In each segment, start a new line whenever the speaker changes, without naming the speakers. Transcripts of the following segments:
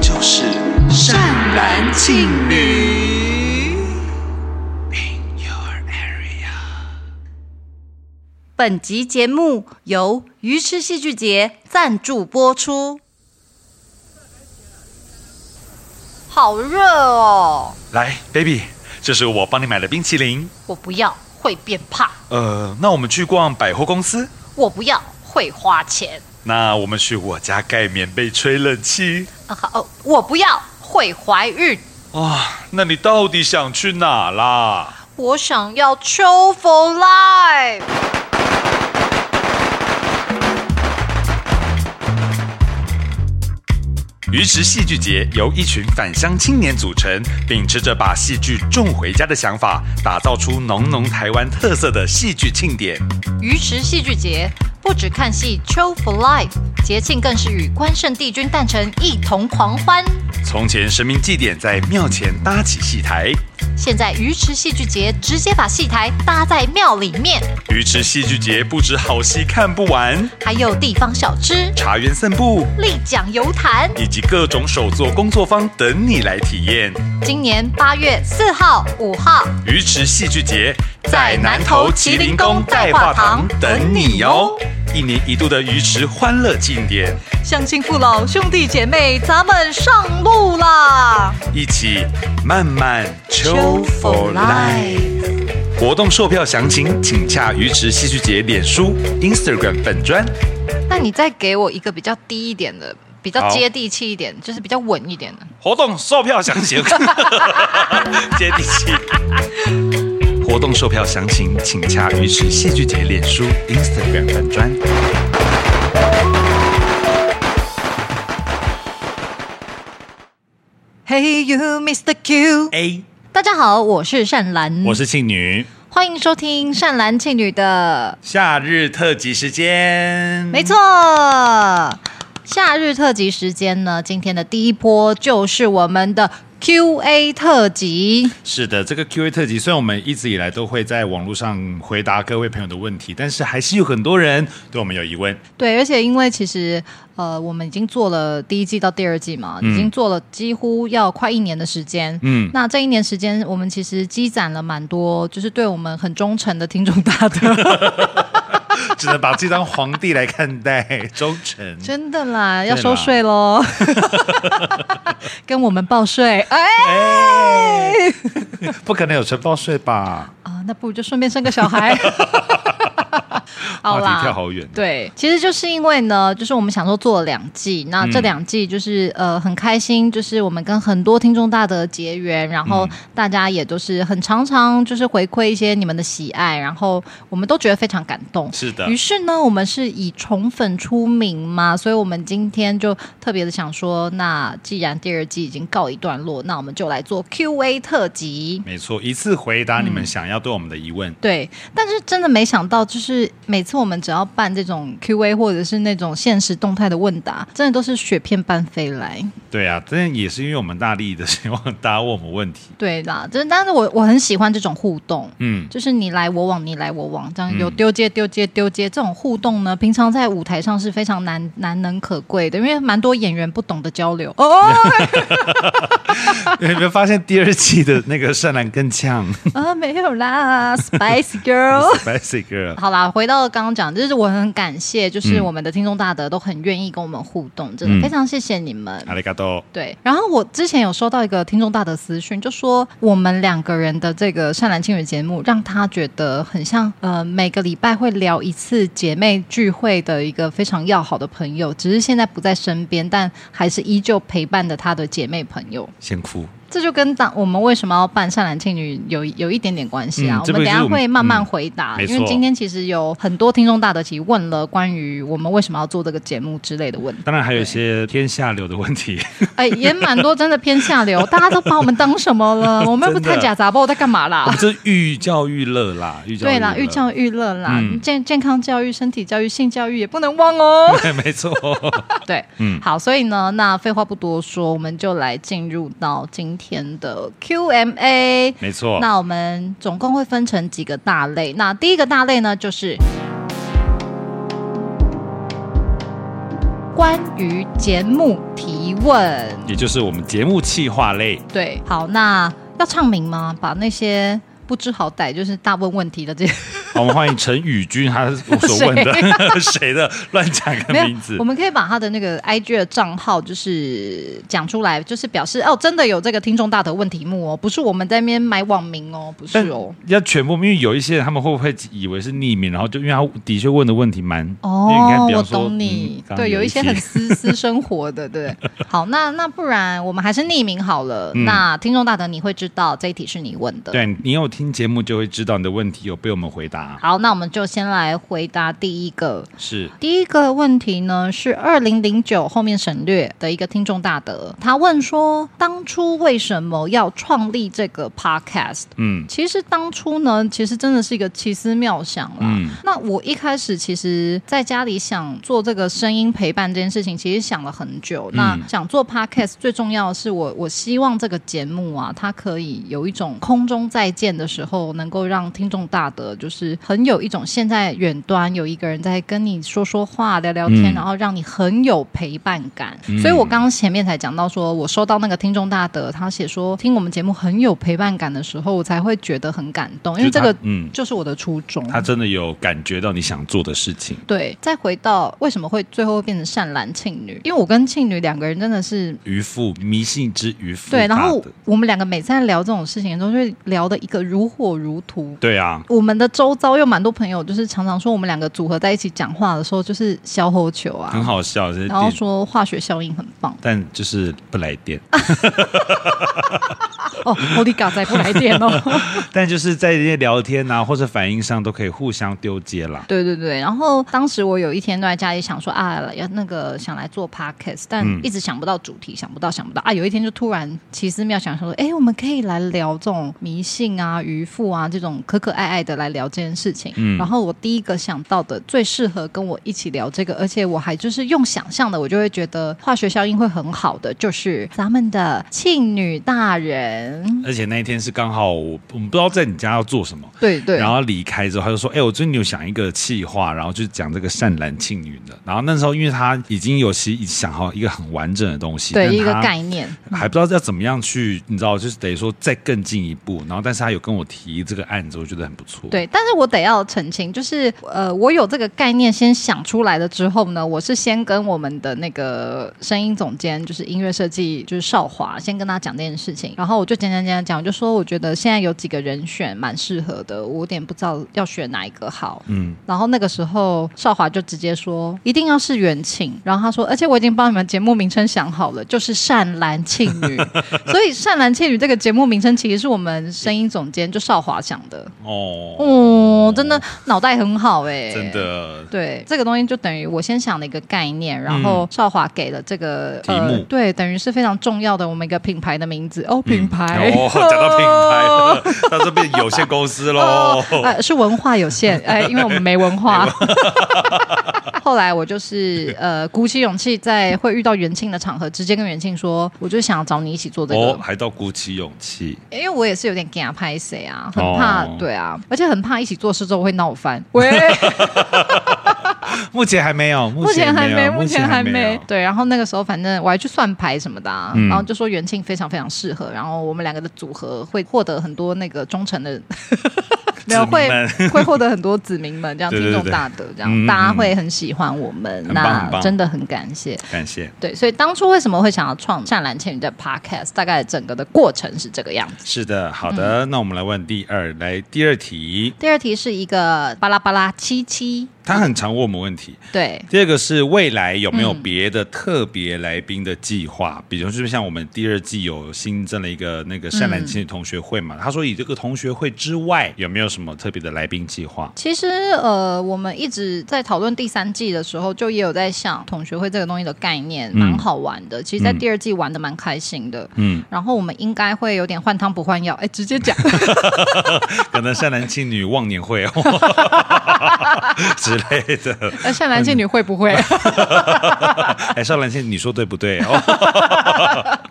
就是善男信女。In your area，
本集节目由鱼吃戏剧节赞助播出。好热哦！
来，baby，这是我帮你买的冰淇淋。
我不要，会变胖；
呃，那我们去逛百货公司。
我不要，会花 钱。
那我们去我家盖棉被吹冷气。
啊好哦，我不要，会怀孕。
哇、那你到底想去哪啦？
我想要秋风 live。
鱼池戏剧节由一群返乡青年组成，秉持着把戏剧种回家的想法，打造出浓浓台湾特色的戏剧庆典。
鱼池戏剧节不只看戏秋 for life，节庆更是与关圣帝君诞辰一同狂欢。
从前神明祭典在庙前搭起戏台，
现在鱼池戏剧节直接把戏台搭在庙里面，
鱼池戏剧节不止好戏看不完，
还有地方小吃、
茶园散步。
立桨游坛。
以及各种手作工作坊等你来体验。
今年八月四号、五号，
鱼池戏剧节在南投麒麟宫代化堂等你哦！一年一度的鱼池欢乐庆典，
乡亲父老、兄弟姐妹，咱们上路啦！
一起慢慢秋 for life。活动售票详情，请洽鱼池戏剧节脸书、Instagram 粉专。
那你再给我一个比较低一点的，比较
好
接地气一点，就是比较稳一点的。
活动售票详情， 接地气。活动售票详情，请洽鱼池戏剧节脸书、Instagram 粉专。
Hey you, Mr. Q。
A，
大家好，我是善兰，
我是庆女。
欢迎收听善兰庆女的，
夏日特辑时间，
没错。夏日特辑时间呢，今天的第一波就是我们的 Q&A 特辑。
是的，这个 Q&A 特辑，虽然我们一直以来都会在网络上回答各位朋友的问题，但是还是有很多人对我们有疑问。
对，而且因为其实呃，我们已经做了第一季到第二季嘛，已经做了几乎要快一年的时间。嗯，那这一年时间，我们其实积攒了蛮多，就是对我们很忠诚的听众大 德，
只能把这张皇帝来看待，忠诚。
真的啦，要收税喽， 跟我们报税。哎
哎，不可能有承包税吧？
啊，那不如就顺便生个小 孩。好
话
啦，
题跳好远
对，其实就是因为呢，就是我们想说做了两季，那
嗯
这两季就是、呃很开心，就是我们跟很多听众大的结缘，然
嗯
后大家也都是很常常就是回馈一些你们的喜爱，然后我们都觉得非常感动。
是的
于是呢，我们是以宠粉出名嘛，所以我们今天就特别的想说，那既然第二季已经告一段落，那我们就来做 Q&A 特辑。
没错，一次回答你
嗯
们想要对我们的疑问。
对，但是真的没想到，就是每次我们只要办这种 Q&A 或者是那种现实动态的问答，真的都是雪片般飞来。
对
嗯
啊，但也是因为我们大力的希望大家问我们问题。
对啦，真的但是我我很喜欢这种互动，
嗯，
就是你来我往，你来我往，这样有丢接丢接丢接这种互动呢，平常在舞台上是非常难难能可贵的，因为蛮多演员不懂得交流。哦，
嗯有没有发现第二季的那个善男更呛
啊，没有啦，Spice Girl。
？Spicy Girl，
好啦，回到刚刚讲，就是我很感谢，就是我们的听众大德都很愿意跟我们互动，真的、
嗯
非常谢谢你们。
阿里嘎多。
对，然后我之前有收到一个听众大的私讯，就说我们两个人的这个《善男信女》节目，让他觉得很像呃每个礼拜会聊一次姐妹聚会的一个非常要好的朋友，只是现在不在身边，但还是依旧陪伴着他的姐妹朋友。
先哭，
这就跟当我们为什么要办善男信女有有一点点关系啊。
嗯
我
这
们等
不
一
是
下
我们
会慢慢
嗯
回答，
没
因为
错
今天其实有很多听众大德提问了关于我们为什么要做这个节目之类的问题。
当然还有一些天下流的问题。
哎，也蛮多真的偏下 流，大家都把我们当什么了？我们又不
真的
太假杂包在干嘛
我
啦
们？这寓教于乐啦，寓教于
对啦，
乐
寓教于乐啦，
嗯
健健康教育、身体教育、性教育也不能忘哦。
对，没错。
对，
嗯
好，所以呢，那废话不多说，我们就来进入到今天的 Q&A。
没错，
那我们总共会分成几个大类。那第一个大类呢，就是关于节目提问。
也就是我们节目企划类。
对，好，那要唱名吗？把那些不知好歹就是大问问题的 这些，
好，我们欢迎陈宇君，他所问的 谁的乱讲个名字
我。们可以把他的那个 IG 的账号就是讲出来，就是表示哦，真的有这个听众大的问题目哦，不是我们在那边买网名哦，不是
但
哦。
要全部，因为有一些人他们会不会以为是匿名，然后就因为他的确问的问题蛮
哦
因为你看，比
我
方说
懂你
嗯，刚刚
对，有
一
一些很私私生活的，对。好，那那不然我们还是匿名好了。那听众大德，你会知道这一题是你问的。
嗯对你有听节目就会知道你的问题有被我们回 答，
好，那我们就先来回答第一个。
是
第一个问题呢是二零零九后面省略的一个听众大德，他问说，当初为什么要创立这个 podcast？
嗯
其实当初呢，其实真的是一个奇思妙想啦。
嗯
那我一开始其实在家里想做这个声音陪伴这件事情，其实想了很久。
嗯
那想做 podcast 最重要的是我，我希望这个节目啊，它可以有一种空中再见的时候，能够让听众大德就是很有一种现在远端有一个人在跟你说说话、聊聊天，
嗯
然后让你很有陪伴感。所以我刚刚前面才讲到说，我收到那个听众大德他写说听我们节目很有陪伴感的时候，我才会觉得很感动，因为
就
这
他
个
嗯
就是我的初衷。
他真的有感觉到你想做的事情，
对，再回到为什么会最后会变成善兰庆女，因为我跟庆女两个人真的是。
渔夫迷信之渔夫
对，然后
大的
我们两个每次在聊这种事情的时候，就会聊的一个如火如荼。
对啊，
我们的周遭有蛮多朋友，就是常常说我们两个组合在一起讲话的时候，就是小火球啊，
很好笑，这些
然后
电
说化学效应很棒
但就是不来电，
哦，Holy God 再不来电哦。
但就是在这些聊天啊或者反应上都可以互相丢接啦。
对对对，然后当时我有一天都在家里想说啊，要那个想来做 podcast，但
嗯
一直想不到主题，想不到想不到啊。有一天就突然奇思妙想，想说，哎，我们可以来聊这种迷信啊、渔夫啊这种可可爱爱的来聊这件事情。
嗯
然后我第一个想到的最适合跟我一起聊这个，而且我还就是用想象的，我就会觉得化学效应会很好的，就是咱们的庆女大人。
而且那一天是刚好我我们不知道在你家要做什么。
对对，
然后离开之后，他就说：“哎、我最近有想一个企划，然后就讲这个善男信女的。”然后那时候，因为他已经有其想好一个很完整的东西，
对
但
一个
他
概念。
还不知道要怎么样去，你知道，就是等于说再更进一步。然后，但是他有跟我提这个案子，我觉得很不错。，
对，但是我得要澄清，就是呃，我有这个概念先想出来了之后呢，我是先跟我们的那个声音总监，就是音乐设计，就是少华，先跟他讲这件事情，然后我就讲讲讲讲，我就说我觉得现在有几个人选蛮适合的，我有点不知道要选哪一个好。
嗯，
然后那个时候，少华就直接说一定要是元庆。然后他说，而且我已经帮你们节目名称想好了，就是善男庆女。 所以善男庆女这个节目名称其实是我们声音总监就少华想的。
哦，
哦，真的脑袋很好哎、
真。的，
对，这个东西就等于我先想了一个概念，然后少华给了这个
嗯题
呃
目
对，等于是非常重要的我们一个品牌的名字哦，品牌、
哦，讲到品牌了，到这边有限公司哦喽。
呃，是文化有限， 哎、因为我们没文化。 后来我就是呃，鼓起勇气，在会遇到元庆的场合，直接跟元庆说，我就想要找你一起做这个。
哦，还到鼓起勇气，
因为我也是有点给他拍谁啊，很怕、
哦
对啊，而且很怕一起做事之后会闹 翻。喂，
目前还没有，目
目前还
没
没，
有，
目
目
前还
还
没
有。
对，然后那个时候反正我还去算牌什么的、啊，
嗯
然后就说元庆非常非常适合，然后我们两个的组合会获得很多那个忠诚 的。没有
子民
会
们
会获得很多子民们这样
对
听
对
众
对
大德这
嗯
样，
嗯
大家
嗯
会很喜欢我们，
很棒很
那
棒
真的很感谢。
感谢。
对，所以当初为什么会想要创善兰倩女的 podcast，大概整个的过程是这个样子。
是的，好
嗯
的，那我们来问第二，来第二题，
第二题是一个巴拉巴拉七七，
他很常问我们问题。
对，
第二个是未来有没
嗯
有别的特别来宾的计划？比如就是像我们第二季有新增了一个那个善
嗯
男信女同学会嘛，他说以这个同学会之外，有没有什么特别的来宾计划？
其实，呃，我们一直在讨论第三季的时候，就也有在想同学会这个东西的概念，
嗯
蛮好玩的。其实，在
嗯
第二季玩的蛮开心的。
嗯，
然后我们应该会有点换汤不换药，哎，直接 讲，
可能善男信女忘年会哦，直 之类的。
那呃善男信女会不 会
哎，邵兰倩，你说对不对？ 哦，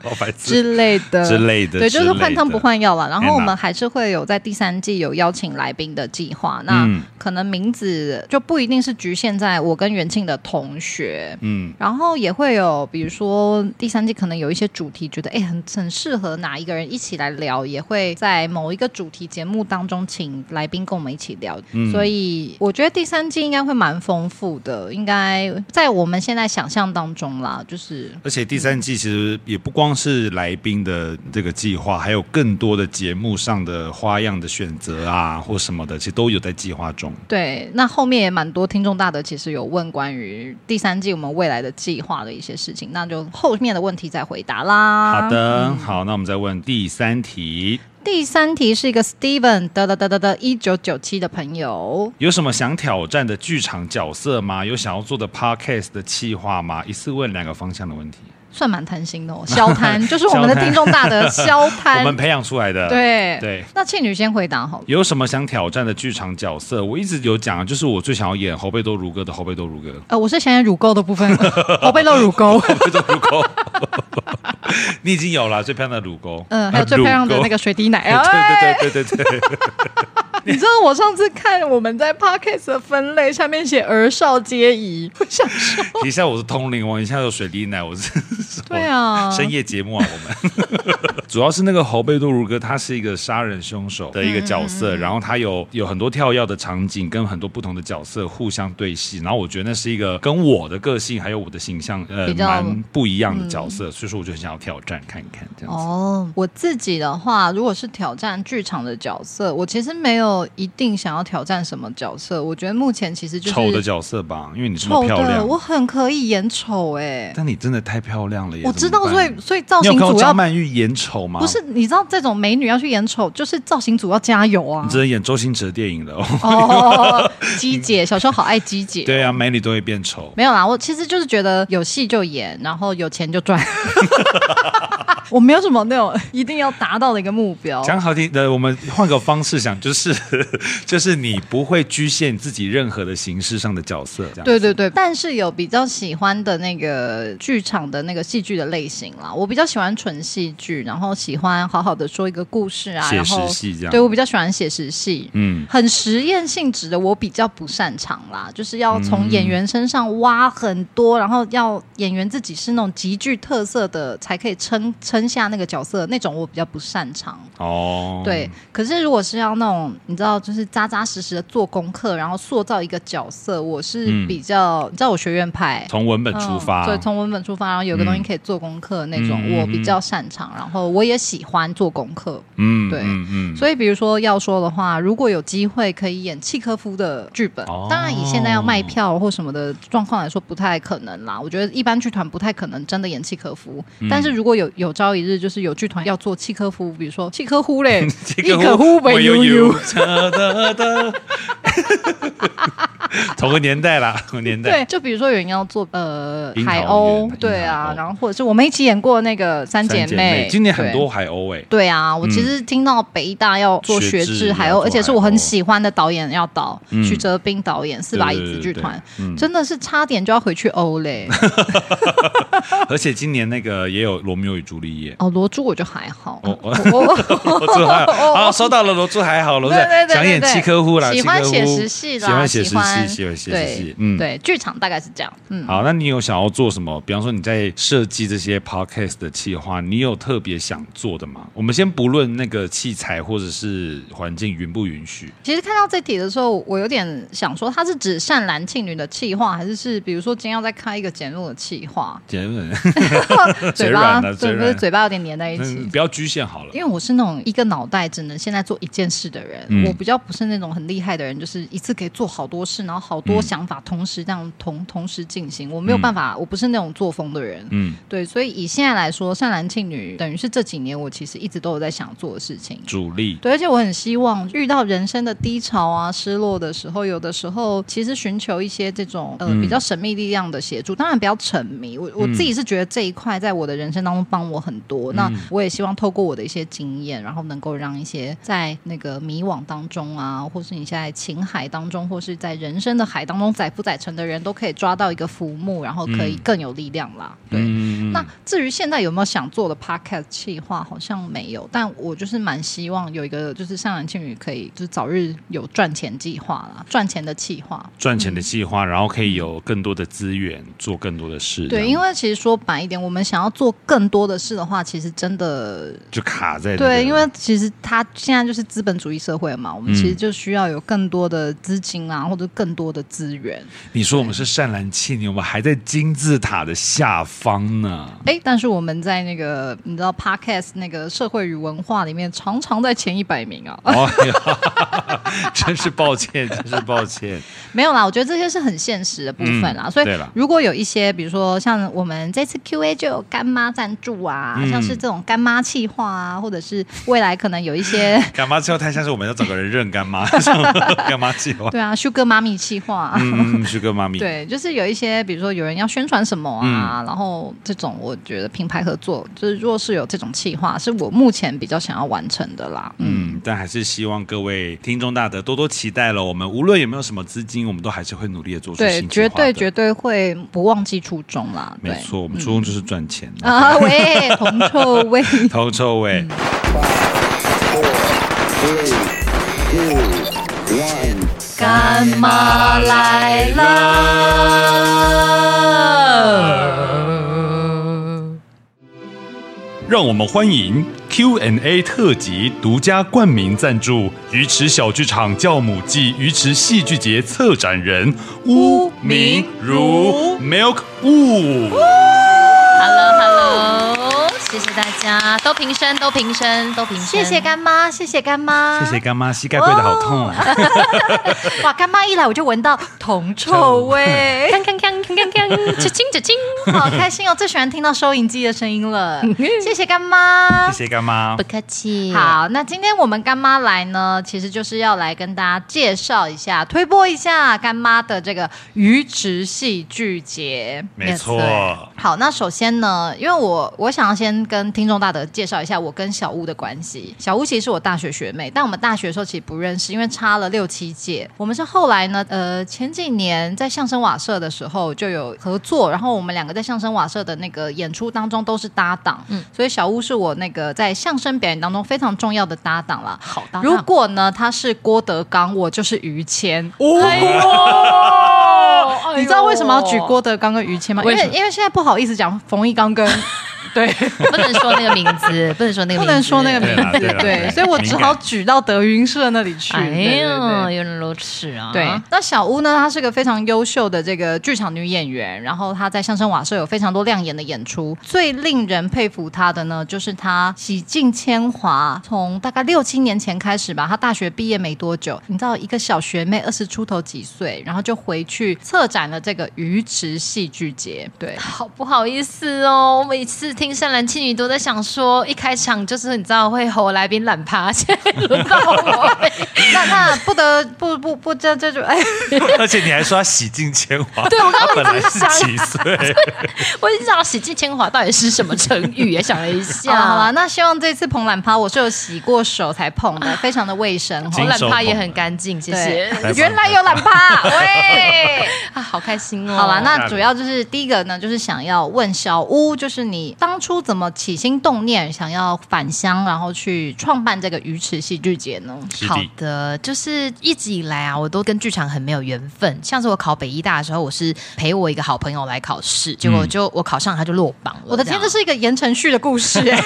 哦白痴
之类的
之类的哎
对，就是
之类的
换汤不换药了。然后我们
Emma
还是会有在第三季有邀请来宾的计划，那
嗯
可能名字就不一定是局限在我跟元庆的同学。
嗯，
然后也会有，比如说第三季可能有一些主题，觉得哎很很适合哪一个人一起来聊，也会在某一个主题节目当中请来宾跟我们一起聊。
嗯
所以我觉得第三季应该会蛮丰富的，应该在我们现在想象当中啦，就是
而且第三季其实也不光是来宾的这个计划，还有更多的节目上的花样的选择啊，或什么的，其实都有在计划中。
对，那后面也蛮多听众大德其实有问关于第三季我们未来的计划的一些事情，那就后面的问题再回答啦。
好，的，好，那我们再问第三题，
第三题是一个 Steven 得得得得得一九九七的朋友，
有什么想挑战的剧场角色吗？有想要做的 podcast 的企划吗？一次问两个方向的问题，
算蛮贪心的哦，消 贪就是我们的
消贪
听众大德消
我们
贪。
培养出来的。
对
对，
那庆女先回答好了。
有什么想挑战的剧场角色？我一直有讲，就是我最想要演侯贝多如歌的侯贝多如 歌。
呃，我是想演乳沟的部分，我被露乳 沟。
会做乳 沟，你已经有了最漂亮的乳沟，
嗯，还有最漂亮的那个
啊乳
水滴 奶。
沟。
哎
对对对对对对，
你知道我上次看我们在 podcast 的分类下面写儿少皆宜，我想说，
一下我是通灵王，一下有水滴奶，我是什么
对啊
深夜节目啊，我们 主要是那个侯贝多如哥，他是一个杀人凶手的一个角
嗯
色，然后他有有很多跳跃的场景，跟很多不同的角色互相对戏，然后我觉得那是一个跟我的个性还有我的形象呃
比较嗯
蛮不一样的角色，所以说我就很想要挑战看看这样子。
哦，我自己的话，如果是挑战剧场的角色，我其实没有一定想要挑战什么角色。我觉得目前其实就是
丑的角色吧，因为你这么
丑
漂
的，
亮，
我很可以演丑哎、
但你真的太漂亮了耶！
我知道，
怎么
所
办
以所以造
你有
型
看过
组要
张曼玉演丑吗？
不是，你知道这种美女要去演丑，就是造型组要加油啊
你！只能演周星驰的电影了。哦、
哦，鸡姐，小时候好爱鸡姐。
对啊，美女都会变丑。
没有啦，我其实就是觉得有戏就演，然后有钱就 赚。我没有什么那种一定要达到的一个目标。
讲好听的，我们换个方式想，就是 就是你不会局限自己任何的形式上的角色，这样
对对对，但是有比较喜欢的那个剧场的那个戏剧的类型啦，我比较喜欢纯戏剧，然后喜欢好好的说一个故事啊，
写
然
实
后
戏这样
对我比较喜欢写实戏，
嗯，
很实验性质的我比较不擅长啦，就是要从演员身上挖很多，然后要演员自己是那种极具特色的才可以撑撑下那个角色，那种我比较不擅长。
哦，
对，可是如果是要那种你知道，就是扎扎实实的做功课，然后塑造一个角色，我是
嗯
比较，你知道我学院派。
从文本
嗯
出发，
对，从文本出发，然后有个东西
嗯
可以做功课那种，
嗯嗯
我比较擅长，然后我也喜欢做功课，
嗯
对
嗯嗯，
所以比如说要说的话，如果有机会可以演契科夫的剧本，
哦
当然以现在要卖票或什么的状况来说，不太可能啦。我觉得一般剧团不太可能真的演契科夫，
嗯
但是如果有有朝一日就是有剧团要做契科夫，比如说契科夫 嘞，
这
一
个
可乎为悠悠。，
哒哒哒 同个年代啦，同个年代，
对，就比如说有人要做呃
樱桃
海
园
鸥
樱桃，
对啊，
园
然后或者是我们一起演过那个三姐
三姐妹，今年很
对
多海鸥哎，
对啊，我其实听到北医大要做学
学
制
制
海
要
鸥，
做
而且是我很喜欢的导演要导，
嗯
徐哲斌导演，四把椅子剧团，真的是差点就要回去欧 嘞。
而且今年那个也有《罗密欧与朱丽叶》。
哦，罗珠我就还好，
哦
我我
罗珠还好，啊，收到了，罗珠还好，罗珠
对对对对
想演契科夫啦，
喜欢
契科
写
夫
实戏啦，
喜欢写实
喜欢
戏，喜欢写实
对
戏，嗯，。
对，剧场大概是这样，嗯。
好，那你有想要做什么？比方说你在设计这些 podcast 的企划，你有特别想做的吗？我们先不论那个器材或者是环境允不允许，
其实看到这题的时候，我有点想说，它是指善男信女的气话，还是是比如说今天要再开一个节目的气 话？
简单
嘴
嘴
巴
软了
对，
嘴
不是
软
嘴巴有点粘在一起
嗯，。不要局限好了
因。为我是那种一个脑袋只能现在做一件事的人，
嗯
我比较不是那种很厉害的人，就是一次可以做好多事，然后好
嗯
多想法同时这样同同时进行，我没有办法，我不是那种作风的人。
嗯，
对，所以以现在来说，善男信女等于是这几年我其实一直都有在想做的事情。
主力
对，而且我很希望遇到人生的低潮啊、失落的时候，有的时候其实寻求一些这种呃比较神秘力量的协助。当然不要沉迷，我我自己是觉得这一块在我的人生当中帮我很多。那我也希望透过我的一些经验，然后能够让一些在那个迷惘当中啊，或是你现在情海当中，或是在人生的海当中载浮载沉的人都可以抓到一个浮木，然后可以更有力量啦。对，
嗯
那至于现在有没有想做的 podcast 计划，好像没有，但我就是蛮希望有一个就是上篮庆女可以就是早日有赚钱计划啦，赚钱的计划。
赚钱的计划，然后可以有更多的资源做更多的事。这
对，
样
因为其实说白一点，我们想要做更多的事的话，其实真的
就卡在那个
对，因为其实它现在就是资本主义社会嘛，我们其实就需要有更多的资金啊，或者更多的资源。
你说我们是善兰庆年，我们还在金字塔的下方呢。
哎，但是我们在那个你知道 podcast 那个社会与文化里面，常常在前一百名啊。
哦， 真是抱歉，真是抱歉。
没有啦，我觉得这些是很现实的部分啦。
嗯
所以
对啦
如果有一些，比如说像我们这次 Q&A 就有干妈赞助啊，
嗯
像是这种干妈气话啊，或者是未来可能有一些
干妈之后太像是我们要找个人认干妈， 干妈计划。
对啊，Sugar 妈咪气话、啊。
嗯，徐哥妈 咪，
对，就是有一些，比如说有人要宣传什么啊，
嗯
然后这种我觉得品牌合作，就是若是有这种企划，是我目前比较想要完成的啦。嗯，
嗯，但还是希望各位听众大德多多期待了。我们无论有没有什么资金，我们都还是会努力的做出
对，
新计
绝
划
对
的
绝对会不忘记初衷啦。对嗯
没错，我们初衷就是赚钱。
啊，喂，铜臭味。
头臭味，
干妈来了。
让我们欢迎 Q&A 特辑独家冠名赞助鱼池小剧场教母暨鱼池戏剧节策展人
巫
巫
明
明
如
如 Milk 雾。
Hello Hello，谢谢大家，都平身，都平身，都平身。
谢谢干妈，谢谢干妈，
谢 谢干妈，膝盖跪的好痛啊！
哇，干妈一来我就闻到铜
臭味。
锵锵锵锵锵 锵，吃青吃青。
好开心哦！最喜欢听到收音机的声音了，嗯谢谢干妈
谢。谢干妈
不。客气。，
好，那今天我们干妈来呢，其实就是要来跟大家介绍一下、推播一下干妈的这个鱼池戏剧节。
没错
Yes，对好，那首先呢，因为我我想要先跟听众大德介绍一下我跟小屋的关系。小屋其实是我大学学妹，但我们大学的时候其实不认识，因为差了六七届。我们是后来呢，呃，前几年在相声瓦舍的时候就有合作，然后我们两个在相声瓦舍的那个演出当中都是搭档，嗯，所以小屋是我那个在相声表演当中非常重要的搭档啦。
好搭档
如果呢他是郭德纲，我就是于谦。哎
哦
你知道为什么要举？郭德纲跟于谦吗？因
为什
为
么
因为现在不好意思讲冯一 刚跟对，
不能说那个名字，不能说那个名字，
不能说那个名
对啦
字，
对啦对
对，
啦
所以我只好举到德云社那里去。
哎
对对
呦，
对
有点如此啊。
对，那小乌呢？她是个非常优秀的这个剧场女演员，然后她在相声瓦舍有非常多亮眼的演出。最令人佩服她的呢，就是她洗尽铅华，从大概六七年前开始吧，她大学毕业没多久，你知道一个小学妹二十出头几岁，然后就回去策展了这个鱼池戏剧节。对，
好不好意思哦，我每次听《善男信女》都在想说，一开场就是你知道会吼来宾懒趴，现在轮到我，
那那不得不不不这这就哎，
而且你还说他洗尽铅华，对我刚刚本来是几岁？
我已经知道“洗尽铅华”到底是什么成语，也想了一
好
下。
了好了，那希望这次蓬懒趴我是有洗过手才碰的，非常的卫生哦。
我懒
金手
趴也
捧
很干净，谢
对
谢。
原来有懒趴，喂。
啊，好开心哦！
好啦，那
那
主要就是第一个呢，就是想要问小屋，就是你当初怎么起心动念想要返乡，然后去创办这个鱼池戏剧节呢？
是
好
的，
的，就是一直以来啊，我都跟剧场很没有缘分。像是我考北医大的时候，我是陪我一个好朋友来考试，结果就、我考上，他就落榜了。
嗯我的
样
天，这是一个言承旭的故事、哎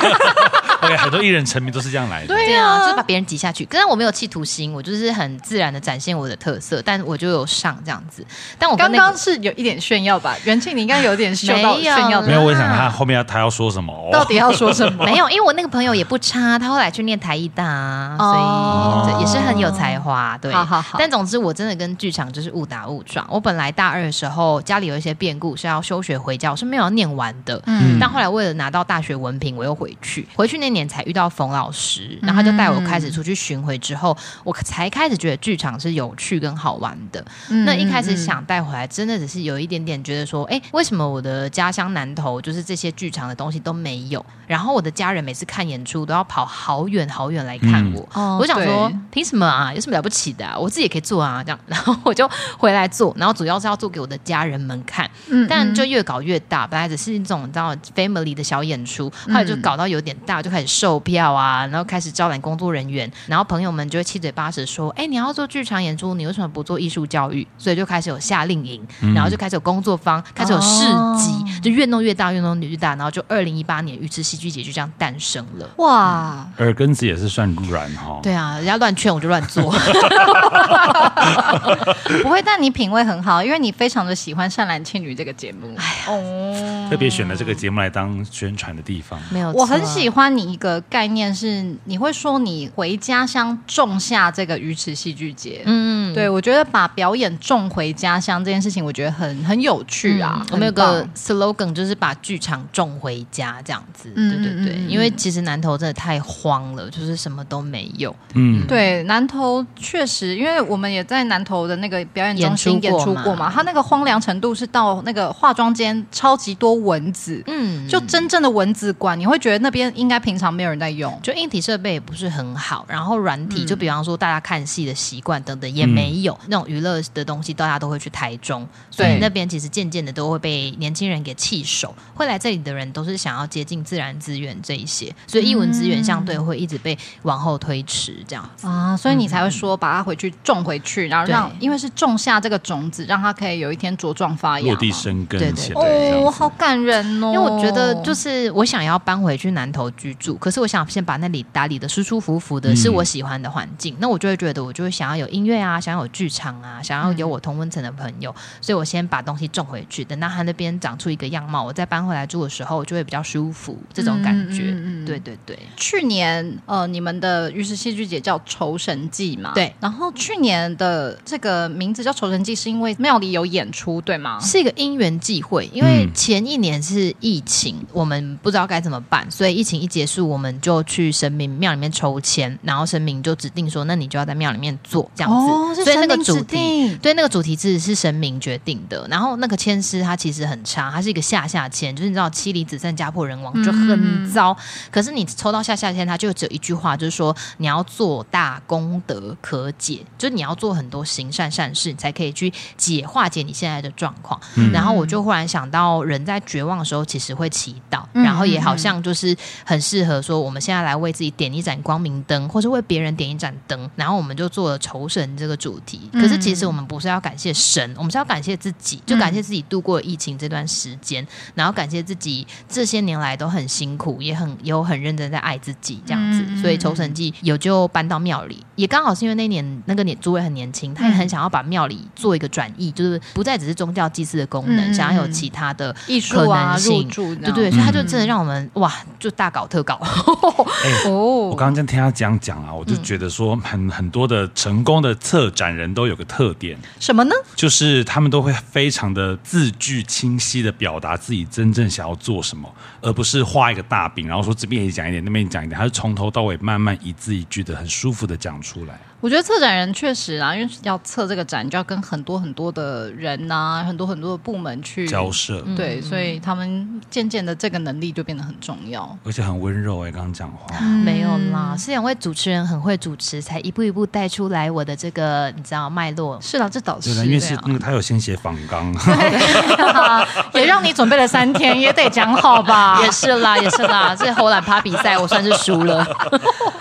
OK，很多艺人成名都是这样来的。
对啊，就是把别人挤下去。可是我没有企图心，我就是很自然的展现我的特色，但我就有上这样子。但我跟
刚
那个
刚是有一点炫耀吧？元庆，你应该有点秀到
没有
炫耀
没
的，
有，我想他后面要他要说什么？哦
啊到底要说什 么？
没有，因为我那个朋友也不差，他后来去念台艺大啊，
哦
所以、对也是很有才华。对，
好好好
但总之，我真的跟剧场就是误打误撞。我本来大二的时候家里有一些变故，是要休学回家，我是没有要念完的。
嗯
但后来为了拿到大学文凭，我又回去。回去那那年才遇到冯老师，然后他就带我开
嗯
始出去巡回之后，我才开始觉得剧场是有趣跟好玩的。
嗯
那一开始想带回来，真的只是有一点点觉得说，哎、为什么我的家乡南投就是这些剧场的东西都没有？然后我的家人每次看演出都要跑好远好远来看我，
哦
我想说
对
凭什么啊？有什么了不起的、啊？我自己也可以做啊，这样。 然后我就回来做，然后主要是要做给我的家人们看。
嗯
但就
嗯
越搞越大，本来只是一种你知道 family 的小演出，后来就搞到有点大，就开始售票啊，然后开始招揽工作人员，然后朋友们就会七嘴八舌说：“哎、你要做剧场演出，你为什么不做艺术教育？”所以就开始有夏令营，然后就开始有工作坊，开始有市集，就越弄越大，越弄越大，然后就二零一八年鱼池戏剧节就这样诞生了。
哇，
耳根子也是算软哈。
对啊，人家乱劝我就乱做，
不会，但你品味很好，因为你非常的喜欢《善男信女》这个节目。哦
特别选了这个节目来当宣传的地方。
没有错，
我很喜欢你一个概念是，你会说你回家乡种下这个鱼池戏剧节。
嗯，
对，啊我觉得把表演种回家乡这件事情，我觉得很很有趣啊。
嗯我们有
很棒
个 slogan 就是把剧场种回家这样子，
嗯
对对对，
嗯嗯嗯
因为其实南投真的太荒了，就是什么都没有，
嗯，
对啊南投确实，因为我们也在南投的那个表演中心
演
演
出过
出
嘛
过嘛，它那个荒凉程度是到那个化妆间超级多蚊子，
嗯，
就真正的蚊子馆，你会觉得那边应该平常没有人在用。
就硬体设备也不是很好，然后软
嗯
体就比方说大家看戏的习惯等等也没有，那种娱乐的东西大家都会去台中，所以
对
那边其实渐渐的都会被年轻人给弃守，会来这里的人都是想要接近自然资源这一些，
嗯
所以艺文资源相对会一直被往后推迟这样子。
啊，所以你才会说把它回去种回去，然后让
嗯对
因为是种下这个种子，让它可以有一天茁壮发芽嘛。
落地生
对
根
对
起来这
哦，
样子。
好感人哦！
因为我觉得，就是是我想要搬回去南投居住，可是我想先把那里打理的舒舒服服的，
嗯
是我喜欢的环境。那我就会觉得，我就会想要有音乐啊，想要有剧场啊，想要有
嗯
我同温层的朋友，所以我先把东西种回去，等到它那边长出一个样貌，我再搬回来住的时候，我就会比较舒服，这种感觉。
嗯嗯嗯
对对对，
去年呃，你们的于是戏剧节叫《酬神记》嘛，
对
然后去年的这个名字叫《酬神记》，是因为庙里有演出，对吗？
是一个因缘际会，因为
嗯
前一年是疫情，我们不知道该怎么办，所以疫情一结束，我们就去神明庙里面抽签，然后神明就指定说，那你就要在庙里面做这样子，
哦，是
所以那
神
个
明
主
指
题。
定。
对，那个主题字是神明决定的，然后那个签师他其实很差，他是一个下下签，就是你知道妻离子散家破人亡就
嗯
很糟。可是你抽到下下签，他就只有一句话，就是说你要做大功德可解，就是你要做很多行善善事，你才可以去解化解你现在的状况。
嗯
然后我就忽然想到，人在绝望的时候其实会祈祷，
嗯
然后也好
嗯嗯
像就是很适合说，我们现在来为自己点一盏光明灯，或是为别人点一盏灯，然后我们就做了酬神这个主题。可是其
嗯
实我们不是要感谢神，我们是要感谢自己，就感谢自己度过疫情这段时间，然后感谢自己这些年来都很辛苦，也很也有很认真在爱自己这样子。
嗯嗯
所以酬神记有就搬到庙里，也刚好是因为那年那个年诸位很年轻，他也
嗯
很想要把庙里做一个转移，就是不再只是宗教祭祀的功能，
嗯嗯
想要有
嗯
其他的。
艺术
可
啊
能，性
入住这
对
样
对，所以他就真的让我们、哇，就大搞特搞。
哦，
我刚刚这样听他讲讲啊，我就觉得说很很多的成功的策展人都有个特点，
什么呢？
就是他们都会非常的字句清晰的表达自己真正想要做什么，而不是画一个大饼，然后说这边也讲一点，那边也讲一点，他是从头到尾慢慢一字一句的很舒服的讲出来。
我觉得策展人确实啊，因为要策这个展，就要跟很多很多的人呐、很多很多的部门
嗯
去
交涉，
对，所以他们渐渐的这个能力就变得很重要。
而且很温柔哎、刚刚讲话。
嗯
没有啦，是两位主持人很会主持，才一步一步带出来我的这个你知道脉络。
是啦，这倒
对
是
的，因为是
对啊
那个他有先写访 纲，
啊
也让你准备了三天，也得讲好吧？
也是啦，也是啦，这猴懒趴比赛我算是输了。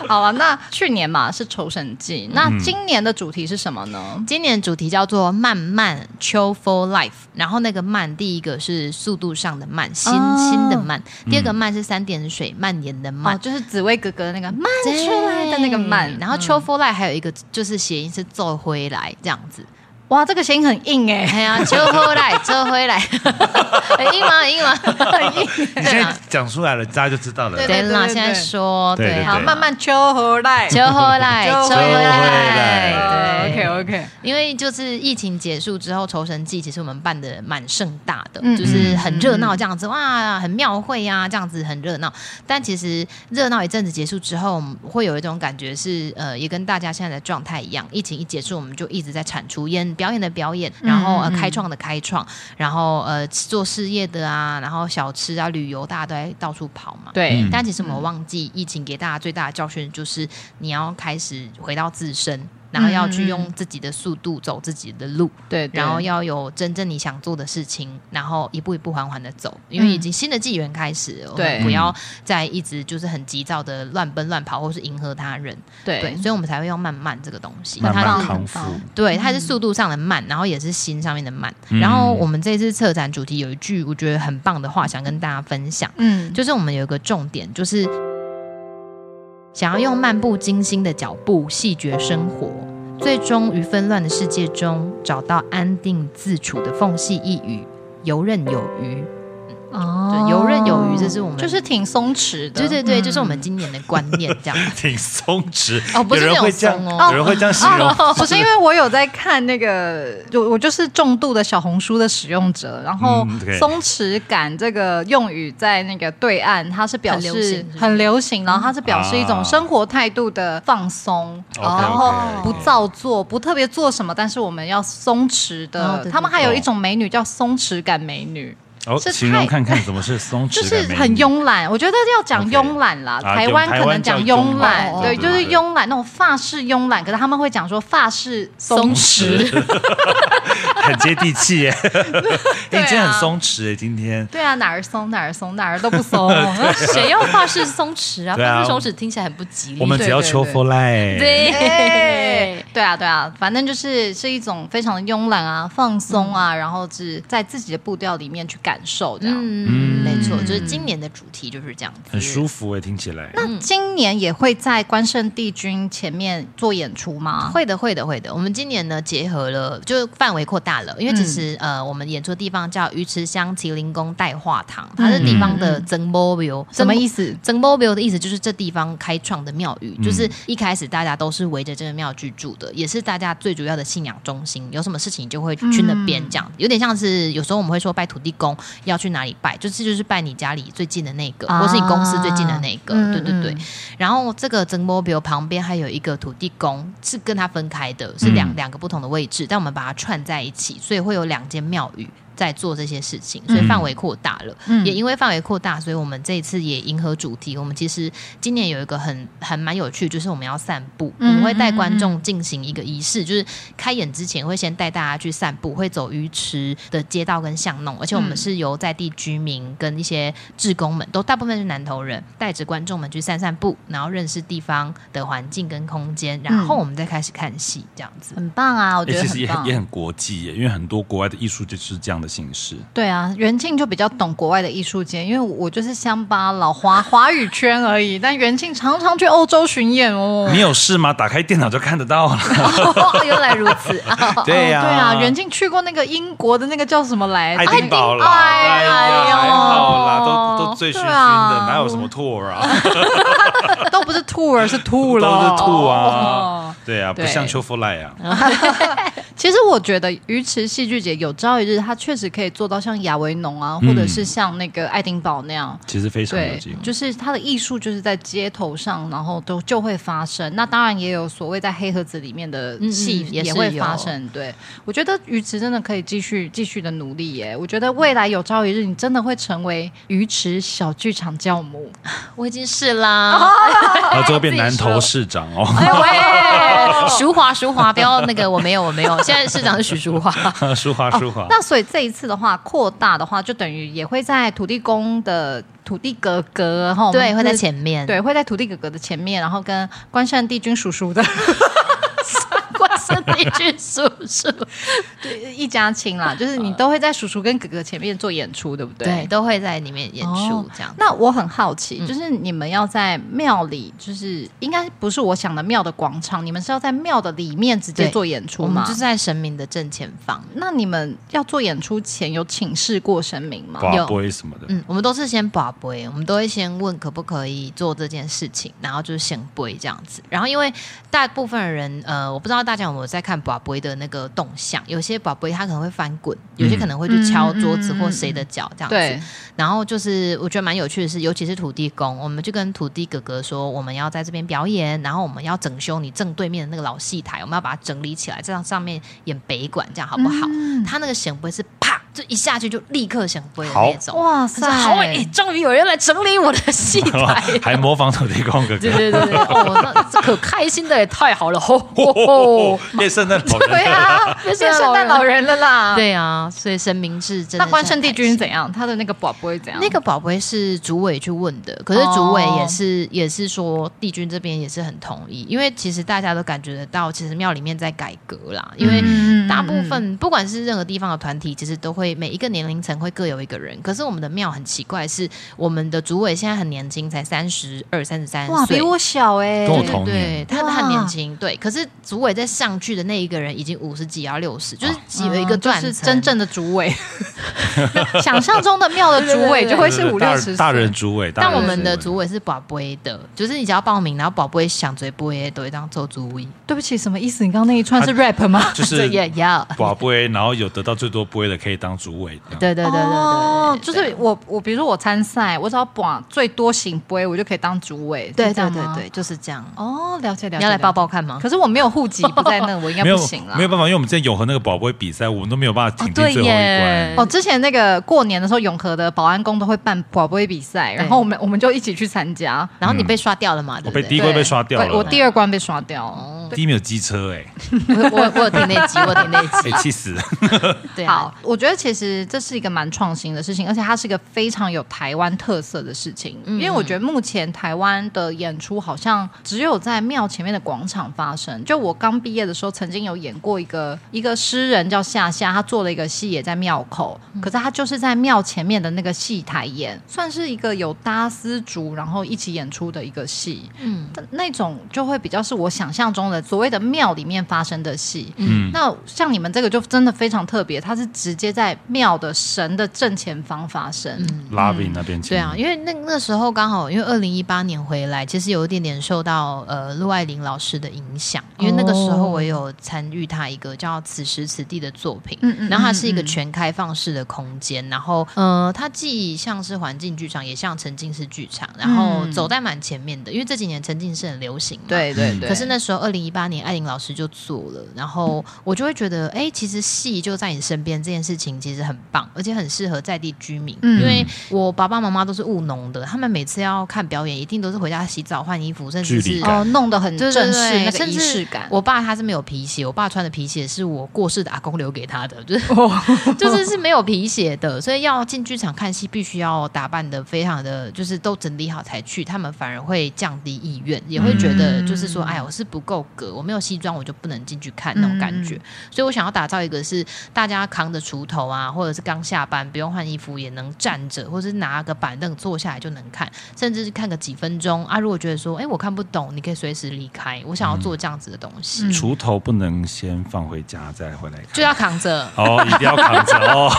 好了，那去年嘛是《酬神记》，那
嗯
今年的主题是什么呢？
今年主题叫做“慢慢秋 for life”，然后那个“慢”第一个是速度上的慢，心
哦
心的慢；第二个“慢”是三点水蔓延的
哦
慢，。
就是紫薇格格的那个慢
对
出来的那个慢，嗯
然后秋 for life 还有一个就是谐音是奏回来这样子。
哇，这个弦很硬哎、
哎呀，车回 来，车回来，很硬吗？很硬吗？很 硬。
你现在讲出来了，大家就知道 了。
对
对啦，现在说
对
对
对
啊
好，
对
慢慢秋回来。
车回来，
秋
车
回
回
来
来，对
OK。OK，
因为就是疫情结束之后，酬神祭其实我们办的蛮盛大的，
嗯
就是很热闹这样子，哇，很庙会呀、这样子很热闹。但其实热闹一阵子结束之后，我们会有一种感觉是，呃，也跟大家现在的状态一样，疫情一结束，我们就一直在产出演表演的表演，然后呃
嗯嗯
开创的开创，然后呃做事业的啊，然后小吃啊、旅游，大家都在到处跑嘛。
对，
但其实我们忘记，疫情给大家最大的教训就是你要开始回到自身，然后要去用自己的速度走自己的路，
对，对
然后要有真正你想做的事情，然后一步一步缓缓的走，因为已经新的纪元开始了，我
对
们不要再一直就是很急躁的乱奔乱跑，或是迎合他人，对，
对
所以我们才会用慢慢这个东西，
慢
它
慢
是
康复。
对，它是速度上的慢，然后也是心上面的慢。
嗯
然后我们这次策展主题有一句我觉得很棒的话，想跟大家分享。
嗯，
就是我们有一个重点，就是想要用漫不经心的脚步细觉生活，最终于纷乱的世界中找到安定自处的缝隙一隅，游刃有余。
哦
对游刃有余这是我们
就是挺松弛的，
对对对，
嗯
就是我们今年的观念这 样。
挺松弛，
哦，不是
有
那
人
种
会这样
松哦，
有人会这样形容。
不是因为我有在看那个，我我就是重度的小红书的使用者，然后
嗯，OK
松弛感这个用语在那个对岸，它是表
很流行是
示
不是
很流行，然后它是表示一种
啊
生活态度的放松，
OK，OK，OK
然后不造作，不特别做什么，但是我们要松弛
哦对
的
对。
他们还有一种美女叫松弛感美女，
哦，
是
形容
太
看看怎么是松
就
弛
是
感美女，
很慵懒，我觉得要讲
OK
慵懒啦，
啊
台
就
湾
台
可能
湾
讲
叫
懒
慵懒，
哦
对，
对
就是
对对
慵懒那种法式慵懒，可是他们会讲说法式松弛，
很接地气 耶。
对
哎
啊
今天很松弛耶，今天
对啊，哪儿松哪儿松，哪儿都不 松，
谁要发式松弛啊？
对啊
发式松弛听起来很不吉利。
我们只要
对对
求 for life。
对
对，对啊，对啊，反正就是是一种非常慵懒啊、放松啊，然后是在自己的步调里面去感受这样。
嗯，没错，就是今年的主题就是这样子，
很舒服哎，听起来。
那今年也会在关圣帝君前面做演出吗？
会的，会的，会的。我们今年呢，结合了，就是范围扩大了，因为
嗯
其实、呃，我们演出的地方叫鱼池乡麒麟宫代化堂，它是地方的增 mobile，
嗯什么意思？
增 mobile 的意思就是这地方开创的庙
嗯
宇，就是一开始大家都是围着这个庙居住的，也是大家最主要的信仰中心。有什么事情就会去那边，这
嗯
样、有点像是有时候我们会说拜土地公要去哪里拜，就是就是拜你家里最近的那个，
啊
或是你公司最近的那个。
嗯
对对对。
嗯
然后这个增 mobile 旁边还有一个土地公，是跟它分开的，是两、
嗯
两个不同的位置，但我们把它串在一起，所以会有两间庙宇。在做这些事情，所以范围扩大了。也因为范围扩大，所以我们这一次也迎合主题。我们其实今年有一个很很蛮有趣，就是我们要散步，我们会带观众进行一个仪式，就是开演之前会先带大家去散步，会走鱼池的街道跟巷弄，而且我们是由在地居民跟一些志工们，都大部分是南投人，带着观众们去散散步，然后认识地方的环境跟空间，然后我们再开始看戏，这样子。
很棒啊，我觉
哎
得很
其实也
棒。
很也很国际耶，因为很多国外的艺术就是这样的形式。
对啊，元庆就比较懂国外的艺术界，因为我就是乡巴佬华 华语圈而已。但元庆常常去欧洲巡演哦。
你有事吗？打开电脑就看得 到了。
原来 如此 啊！
对呀、
哦对啊，元庆去过那个英国的那个叫什么来？
爱丁堡啦，
哎
哎
呦
呀，还好啦，都都醉醺醺
对啊
的，哪有什么 tour 啊？
哎都不是 tour 是 吐了，
都是吐
哦
啊。对啊，不
对嗯
像秋夫赖啊。
其实我觉得鱼池戏剧节有朝一日，它确实可以做到像亚维农啊，
嗯
或者是像那个爱丁堡那样。
其实非常有
对
机，会。
就是它的艺术就是在街头上，然后都就会发生。那当然也有所谓在黑盒子里面的
嗯嗯
戏
也是
会
有
发生。对，我觉得鱼池真的可以继续继续的努力耶。我觉得未来有朝一日，你真的会成为鱼池小剧场教母。
我已经是啦。
然
啊
后最后变南投市长哦，
喂，淑华，淑华，不要那个，我没有，我没 有。现在市长是许 淑华，
舒华舒华。
那所以这一次的话，扩大的话，就等于也会在土地公的土地格格哈，
对，
我
会
们
在
是
前面。
对，会在土地哥哥的前面，然后跟关圣帝君叔叔的关
身 体去数数，
对一家亲 啦，就是你都会在叔叔跟哥哥前面做演出，对不嗯对？
对，都会在里面演出
哦
这样。
那我很好奇，
嗯
就是你们要在庙里，就是应该不是我想的庙的广场，你们是要在庙的里面直接
对
做演出
我们
吗？
就是在神明的正前方。
那你们要做演出前有请示过神明吗？
寡
有
龟什么的，
嗯，我们都是先把杯，我们都会先问可不可以做这件事情，然后就是先杯这样子。然后因为大部分人，呃，我不知道大家有没有在看把杯的那个动向，有些把杯他可能会翻滚，有些可能会去敲桌子或谁的脚这样子。
对，
然后就是我觉得蛮有趣的是，尤其是土地公，我们就跟土地哥哥说，我们要在这边表演，然后我们要整修你正对面的那个老戏台，我们要把它整理起来，这样上面演北管，这样好不好？他那个显杯是啪，就一下去就立刻显杯的那种。
哇
他
塞，
说好哎、终于有人来整理我的戏台。
还模仿土地公 哥
对
哥，
对对对，哦，那这可开心的也太好了，吼吼吼！
变圣诞老
对
人。
啊，变圣诞老人了啦。，
对啊，所以神明是真的。
那关圣帝君怎样？他的那个宝贝怎样？
那个宝贝是主委去问的，可是主委也是、也是说帝君这边也是很同意，因为其实大家都感觉得到，其实庙里面在改革啦，因为。
嗯
大部分不管是任何地方的团体，其实都会每一个年龄层会各有一个人。可是我们的庙很奇怪，是我们的主委现在很年轻，才三十二、三十三
哇，
岁
比，我小哎，
跟我
对
同
对，
年
他他很
哇
年轻，对。可是主委在上去的那一个人已经五十几要六十，就是
嗯
有一个
就
断层，
是真正的主 委，想象中的庙的主委就会是五
大
六十
大人
岁。
主委，
但
大
我
人
们的
主
组委是宝贝的，就是你只要报名，然后宝贝想追波也都会当做主委，
对不起，什么意思？你刚刚那一串是 rap 吗？
就
这
是
也要。
寡不为，然后有得到最多不为的可以当主委。
对对对对对
哦
对，
就
对
是我我比如说我参赛，我只要把最多行杯，我就可以当主委，
对
是这
对
样
对
吗
对，。就是这样。
哦，了解了解。
你要来抱
了
抱看吗
解。？可是我没有户籍不在那，我应该
没有
不行啦
没。有办法，因为我们之前永和那个宝贝比赛，我们都没有办法挺进
哦对
最后一
耶
关。
哦，之前那个过年的时候，永和的保安宫都会办宝贝比赛，然后我们我们就一起去参加。
然后你被刷掉了嘛？对
嗯我
不
被第一
对？
关被刷掉
对我
了，
第二关被刷掉。
第一名有机车 哎，
我我我有听 那集，我有听那集。
哎气死！
对啊，
好，我觉得其实这是一个蛮创新的事情，而且它是一个非常有台湾特色的事情。因为我觉得目前台湾的演出好像只有在庙前面的广场发生。就我刚毕业的时候，曾经有演过一个一个诗人叫夏夏，他做了一个戏也在庙口，可是他就是在庙前面的那个戏台演，算是一个有搭丝竹然后一起演出的一个戏。
嗯，
但那种就会比较是我想象中的所谓的庙里面发生的戏。
嗯，
那像你们这个就真的非常特别，它是直接在庙的神的正前方发生。
拉比那边请
对啊，因为那那时候刚好，因为二零一八年回来，其实有一点点受到呃陆爱玲老师的影响，因为那个时候我有参与她一个叫《此时此地》的作品，
嗯嗯
然后它是一个
嗯嗯
全开放式的空间，然后呃，它既像是环境剧场，也像沉浸式剧场，然后
嗯
走在蛮前面的，因为这几年沉浸式很流行嘛，
对
嗯
对对。
可是那时候，二零一八年艾琳老师就做了，然后我就会觉得，哎、其实戏就在你身边这件事情其实很棒，而且很适合在地居民。
嗯
因为我爸爸妈妈都是务农的，他们每次要看表演，一定都是回家洗澡、换衣服，甚至
距离
是
感
哦，弄得很
对
正
对
式，
对，
那个
甚
仪
至
式感。
我爸他是没有皮鞋，我爸穿的皮鞋是我过世的阿公留给他的，就是、
哦
就是是没有皮鞋的，所以要进剧场看戏，必须要打扮的非常的，就是都整理好才去，他们反而会降低意愿，也会觉得就是
嗯
说，哎，我是不够格，我没有西装我就不能进去看那种感
嗯
觉。所以我想要打造一个是大家扛着锄头啊，或者是刚下班不用换衣服也能站着，或者是拿个板凳坐下来就能看，甚至是看个几分钟啊。如果觉得说，哎、我看不懂，你可以随时离开。我想要做这样子的东西，
锄头不能先放回家再回来看，
嗯就要扛着。
哦，一定要扛着 哦。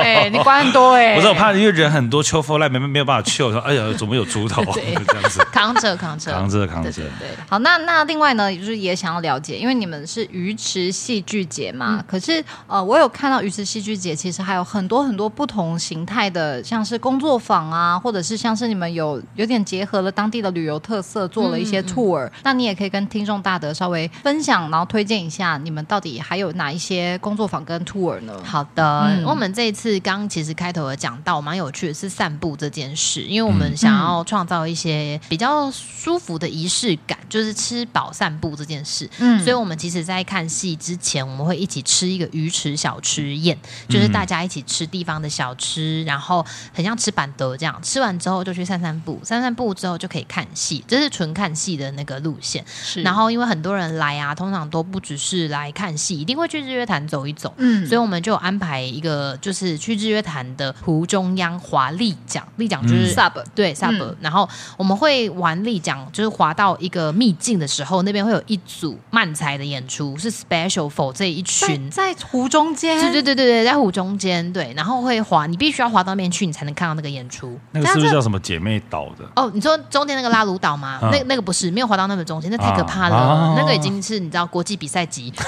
哎、你管很多哎、
不是我怕，因为人很多，秋风来没没有办法去。我说，哎呀，怎么有锄 头？ 这样子
扛着，扛着，
扛着扛着
对对对，
好，那那另外呢，就是也想要了解，因为你们是鱼池戏剧节嘛，
嗯
可是呃，我有看到鱼池戏剧节其实还有很多很多不同形态的，像是工作坊啊，或者是像是你们有有点结合了当地的旅游特色，做了一
嗯
些 tour、那你也可以跟听众大德稍微分享，然后推荐一下你们到底还有哪一些工作坊跟 tour 呢？
好的，
嗯
我们这一次刚其实开头有讲到蛮有趣的是散步这件事，因为我们想要创造一些比较舒服的仪式感，就是吃饱散步这件事。
嗯
所以我们其实，在看戏之前，我们会一起吃一个鱼池小吃宴，就是大家一起吃地方的小吃，然后很像吃板德这样。吃完之后就去散散步，散散步之后就可以看戏，这是纯看戏的那个路线。
是
嗯
然后因为很多人来啊，通常都不只是来看戏，一定会去日月潭走一走。
嗯
所以我们就有安排一个，就是去日月潭的湖中央华丽奖，丽奖就是、
sub
对 sub，、
嗯
然后我们会玩立桨，就是滑到一个秘境的时候，那边会有一组漫才的演出，是 special for 这一群。
在在湖中间，
对对对对对，在湖中间，对，然后会滑，你必须要滑到那边去，你才能看到那个演出。
那个是不是叫什么姐妹岛 的？
哦，你说中间那个拉鲁岛吗？
啊
那那个不是，没有滑到那个中间，那太可怕了，
啊啊
那个已经是你知道国际比赛级。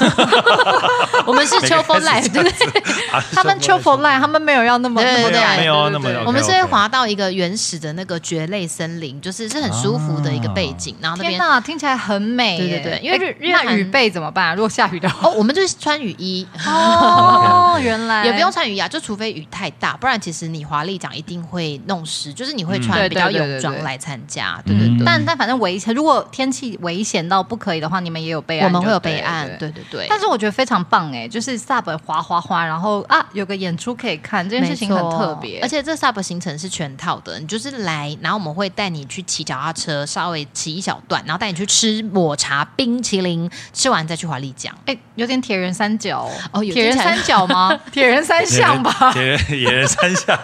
我们是秋风 live，对不 对？
啊
他们 c h i l f u l line，他们没有要那么
对
那么
对
矮
没
有啊
对对
那么
对
我们是会
OK，OK
滑到一个原始的那个蕨类森林，就是是很舒服的一个背
啊
景，然后那
天
边
哪，听起来很美
对
耶。
对对因为
哎
日日
那
韩
雨备怎么办？如果下雨的话，
哦，我们就是穿雨 衣，
哦，原来
也不用穿雨衣啊，就除非雨太大，不然其实你华丽奖一定会弄湿，就是你会穿
嗯
比较
对对对
泳
对
装
对
来参加，对
嗯
对对。
但但反正危险，如果天气危险到不可以的话，你们也有备案，
我们会有
就对
备案，
对。
对对对。
但是我觉得非常棒哎，就是 sub 滑滑滑，然后啊有个演出可以看，这件事情很
没错
特别，
而且这 SUP 行程是全套的，你就是来，然后我们会带你去骑脚踏车，稍微骑一小段，然后带你去吃抹茶冰淇淋，吃完再去华丽 奖。
哎有点铁人三角
哦有
铁人
听起来
三角吗？ 铁人三项吧，
铁人铁人三 项，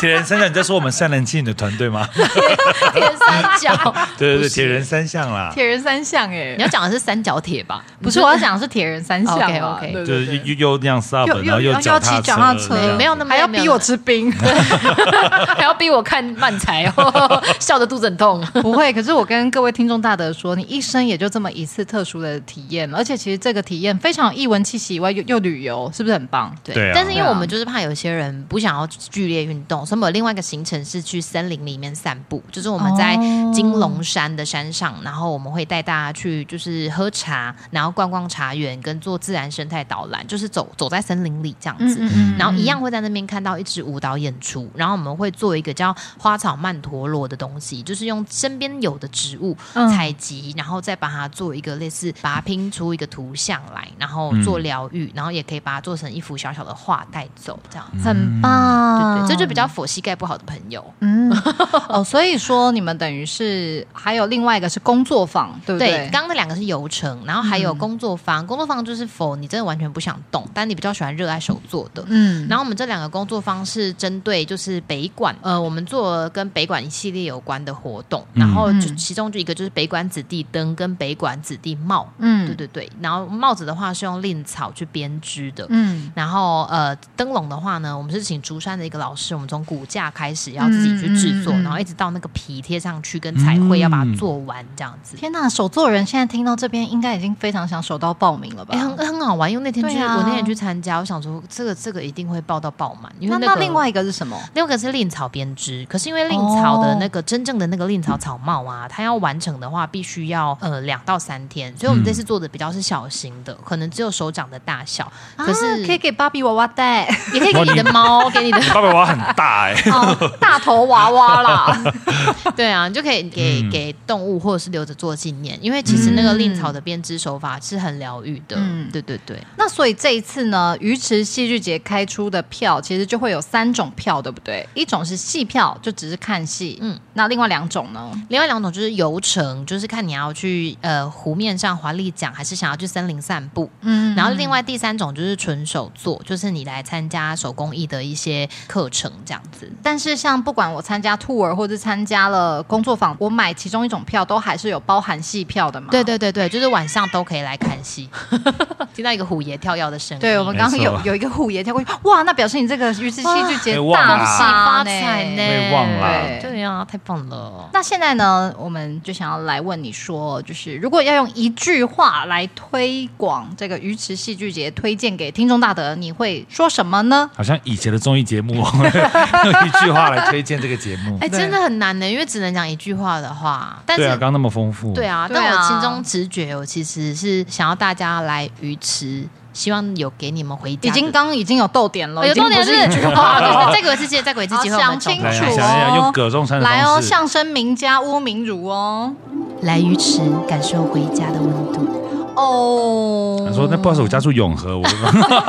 铁人三项，你在说我们善人庆的团队吗？
铁人三角，
对对对，铁人三项啦，
铁人三项哎
你，要讲的是三角铁吧？
不是我要讲的是铁人三项啊
OK，OK
对
就是又又又那样 sub，
又
然后
又又
脚
骑
踏
脚踏车
这样
没有那么
还要
没有
逼
那么
我吃冰，
还要逼我看漫才哦， 笑得肚子很痛。
不会，可是我跟各位听众大德说，你一生也就这么一次特殊的体验，而且其实这个体验非常有艺文气息以外，又又旅游，是不是很棒？
对，
对啊
但是因为我们就是怕有些人不想要剧烈运动，所以我们有另外一个行程是去森林里面散步，就是我们在
哦
金龙山的山上，然后我们会带大家去就是喝茶，然后逛逛茶园，跟做自然生态导览，就是走走在森林里这样子。
嗯
然后一样会在那边看到一支舞蹈演出，然后我们会做一个叫花草曼陀罗的东西，就是用身边有的植物
嗯
采集，然后再把它做一个类似把它拼出一个图像来，然后做疗愈，然后也可以把它做成一幅小小的画带走，这样。
嗯很
对
棒，
对，这就比较佛膝盖不好的朋友。
嗯，
哦。所以说，你们等于是还有另外一个是工作坊，对不
对，
对
刚，刚那两个是游程，然后还有工作坊。工作坊就是否你真的完全不想动，但你比较喜欢热爱手做的。
嗯，
然后我们这两个工作方式针对就是北管，呃，我们做了跟北管一系列有关的活动，然后就
嗯
其中就一个就是北管子弟灯跟北管子弟帽，
嗯
对对对，然后帽子的话是用蔺草去编织的。
嗯
然后呃，灯笼的话呢，我们是请竹山的一个老师，我们从骨架开始要自己去制作，
嗯嗯嗯嗯
然后一直到那个皮贴上去跟彩绘，要把它做完这样子。
嗯
天呐，手作人现在听到这边，应该已经非常想手到报名了吧？
哎、很很好玩，因为那天就是、
对啊
我那天去参加，我想说这个这个一定会报到爆满，因为
那
个
那另外一个是什么？
那个是蔺草编织，可是因为蔺草的那个、真正的那个蔺草草帽啊，它要完成的话，必须要呃两到三天，所以我们这次做的比较是小型的，可能只有手掌的大小，可是、
啊可以给芭比娃娃戴
也可以给你的猫，给你的
你爸爸娃很大哎、
哦， 大头娃娃 啦。
对啊，你就可以给、
嗯
给动物或者是留着做纪念，因为其实那个蔺草的编织手法是很疗愈的，
嗯
对对对。
那所以这一次呢，鱼池戏剧节开出的票其实就会有三种票，对不对？一种是戏票，就只是看戏，嗯
嗯，
那另外两种呢？
另外两种就是游程，就是看你要去呃湖面上华丽桨，还是想要去森林散步。
嗯
然后另外第三种就是纯手做，就是你来参加手工艺的一些课程这样子。
但是像不管我参加 tour 或者参加了工作坊，我买其中一种票都还是有包含戏票的嘛？
对对对对，就是晚上都可以来看 戏。听到一个虎爷跳跃的声音，
对，我们刚刚
没错
有有一个虎爷跳过去，哇，那表示你这个鱼池戏剧 节
哎忘
大
了
喜
发
发财呢，
被忘了
对
对啊，太棒了。
那现在呢，我们就想要来问你说，就是如果要用一句话来推广这个鱼池戏剧节，推荐给听众大德，你会说什么呢？
好像以前的综艺节目，哦 用一句话来推荐这个节目。
哎，
对
真的很难呢，因为只能讲一句话的话，但
对啊，
是
刚。刚那么丰富。
对啊，
对
但
啊
我心中直觉，我其实是想要大家来鱼池，希望有给你们回家的。
已经刚已经有逗点了，
哦有
已经
重点哦
不是一句 话
好
了。
再鬼一次机会，再鬼一次机会，
好
我们
想清
总
来
会
楚
想一想，
哦
用葛仲山的
来哦，
方式。
相声名家郭明儒哦，
来鱼池感受回家的温度。
哦，
哎
他说：“那不好意思，我家住永和，我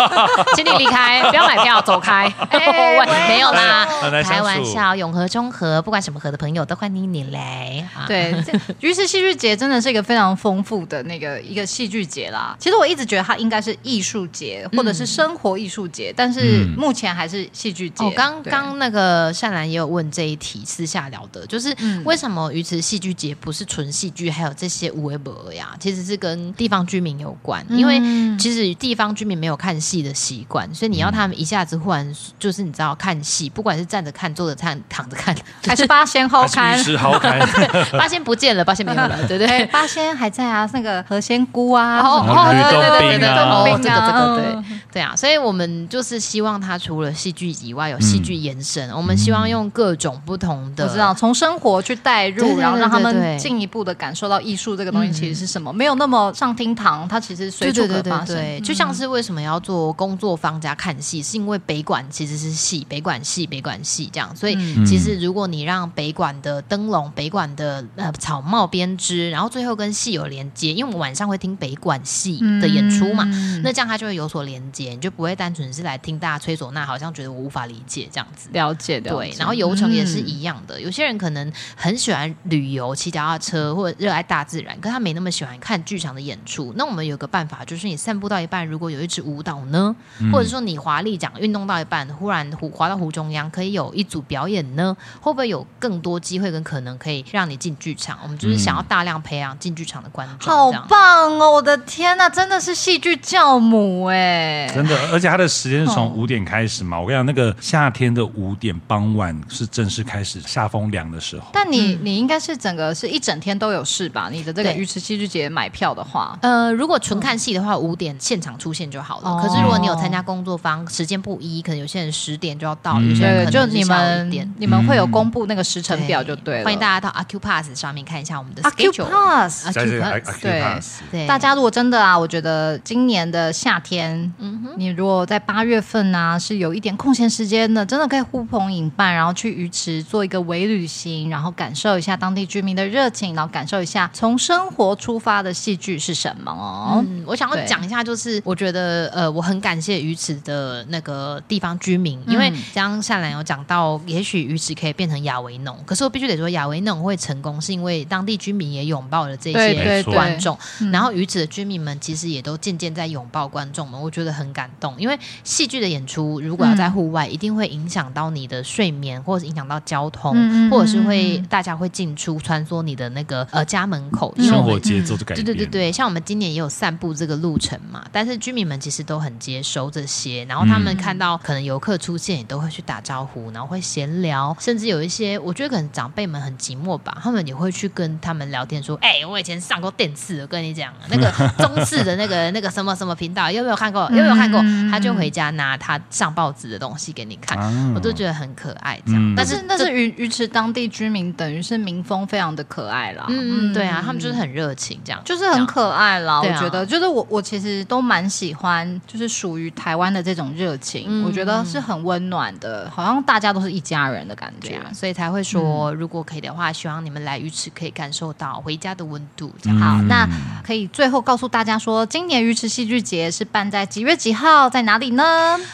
请你离开， 不要买票，走开。
哎
哎，
喂
没有啦
很难，相
开
处
玩笑，永和、中和，不管什么和的朋友都欢迎你来。啊，
对， 这于是戏剧节真的是一个非常丰富的那个一个戏剧节啦。其实我一直觉得它应该是艺术节或者
嗯
是生活艺术节，但是
嗯
目前还是戏剧节。
哦，刚
对
刚那个善兰也有问这一题，私下聊的，就是
嗯
为什么鱼池戏剧节不是纯戏剧，还有这些无为博呀？其实是跟地方居民有关，因为
嗯
其实地方居民没有看戏的习惯，所以你要他们一下子忽然就是你知道看戏，不管是站着看、坐着看、躺着看，
还是八 仙好看
还。是好看。
八仙不见了，八仙没有了，对不对？
八仙还在啊，那个何仙姑啊，
哦
什么
哦
对对对对
吕洞宾
对，
啊
吕
哦
洞，
这
宾
个这
啊，
个对
嗯，
对啊，所以我们就是希望它除了戏剧以外，有戏剧延伸。我们希望用各种不同的，
嗯我知道，从生活去带
对对
入，
对
然后让他
对
们
对
进一步的感受到艺术这个东西其实是什么，没有那么上厅堂，它其实随
对
处
对
可
对
发
对
生。
对，就像是为什么要做工作坊加看戏，是因为北管其实是戏，北管戏，北管戏这样，所以
嗯
其实如果你让北管的灯笼、北管的呃草帽编织，然后最后跟戏有连接，因为我们晚上会听北管戏的
嗯
演出嘛，那这样它就会有所连接，你就不会单纯是来听大家吹唢呐，好像觉得我无法理解这样子。
了解嗯的，
对，然后游程也是一样的。有些人可能很喜欢旅游、骑脚踏车或者热爱大自然，可他没那么喜欢看剧场的演出。那我们有个办法，就是你散步到一半，如果有一支舞蹈呢，或
嗯
者说你华丽桨运动到一半，忽然湖滑到湖中央，可以有一组表演呢，会不会有更多机会跟可能可以让你进剧场？我们就是想要大量培养进剧场的观众，
嗯好
这样
棒哦！我的天呐，真的是戏剧教母哎、
真的，而且它的时间是
嗯
从五点开始嘛。我跟你讲，那个夏天的五点傍晚是正式开始下风凉的时候。
但你、你应该是整个是一整天都有事吧？你的这个
对
鱼池戏剧节买票的话，
呃，如果纯看戏的话，五点现场出现就好了。
哦
可是如果你有参加工作坊，时间不一，可能有些人十点就要到，有些人
嗯对，
可
就
能
你
是下午一
们
点。
你们会有公布那个时程表就对了。
欢迎大家到 Acupass 上面看一下我们的
a c u p
schedule。
a s
在这
Acupass，
Acupass
对
对，
大家如果真的啊，我觉得今年的夏天，
嗯
你如果在八月份啊是有一点空闲时间的，真的可以呼朋引伴，然后去鱼池做一个微旅行，然后感受一下当地居民的热情，然后感受一下从生活出发的戏剧是什么哦。
嗯，我想
对
要讲一下，就是我觉得呃，我很感谢鱼池的那个地方居民，
嗯
因为刚夏兰有讲到，也许鱼池可以变成亚维农，可是我必须得说，亚维农会成功是因为当地居民也拥抱了这
对对
些
嗯
没错
观
对，
众，然后鱼池的居民们其实也都渐渐在拥抱观众们，我觉得很感动。因为戏剧的演出如果要在户外，一定会影响到你的睡眠，或者是影响到交通，
嗯嗯
或者是会
嗯嗯
大家会进出穿梭你的那个呃家门口，
嗯
因为
生
我们
活节奏就改
对
变。
对对对，像我们今年也有散步这个路程嘛，但是居民们其实都很接收这些，然后他
嗯
们看到可能游客出现，也都会去打招呼，然后会闲聊，甚至有一些我觉得可能长辈们很寂寞吧，他们也会去跟他们聊天说：“哎、我以前上过电视，我跟你讲，啊 那个中视的那个那个什么什么频道，有没有看过？有没有看过？”
嗯
他就回家拿他上报纸的东西给你看，
啊
我都觉得很可爱这样。
嗯
但
但是
是那
这
是鱼鱼池当地居民，等于是民风非常的可爱啦。
嗯嗯对啊，他们就是很热情这样，
就是很可爱啦，
对
我
啊
觉得，就是我我其实都蛮喜欢，就是属于台湾的这种热情，
嗯
我觉得是很温暖的，好像大家都是一家人的感
对
觉。
啊，所以才会说，如果可以的话，希望你们来鱼池可以感受到回家的温度。这样，
好，啊那可以最后告诉大家说，今年鱼池戏剧节是办在几月几号，在哪里呢？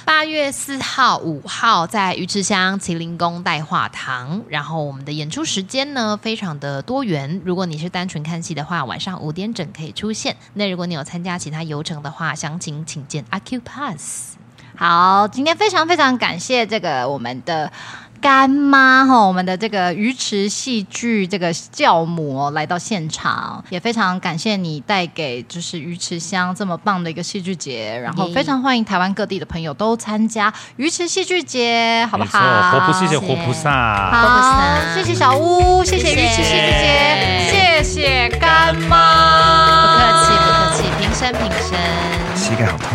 八月四号、五号在鱼池乡麒麟宫代化堂，然后我们的演出时间呢非常的多元。如果你是单纯看戏的话，晚上五点整可以出现。那如果你有参加其他游程的话，详情请见阿 Q Pass。
好，今天非常非常感谢这个我们的。干妈哈，我们的这个鱼池戏剧这个教母哦来到现场，也非常感谢你带给就是鱼池乡这么棒的一个戏剧节，然后
耶
非常欢迎台湾各地的朋友都参加鱼池戏剧节，好不
没错，
好？
活菩萨，
谢谢
活菩萨，
好，谢
谢
谢小屋，谢谢
谢谢
鱼池戏剧节，谢谢干
不
妈，
客气，不客气，平身平身。
膝盖好痛。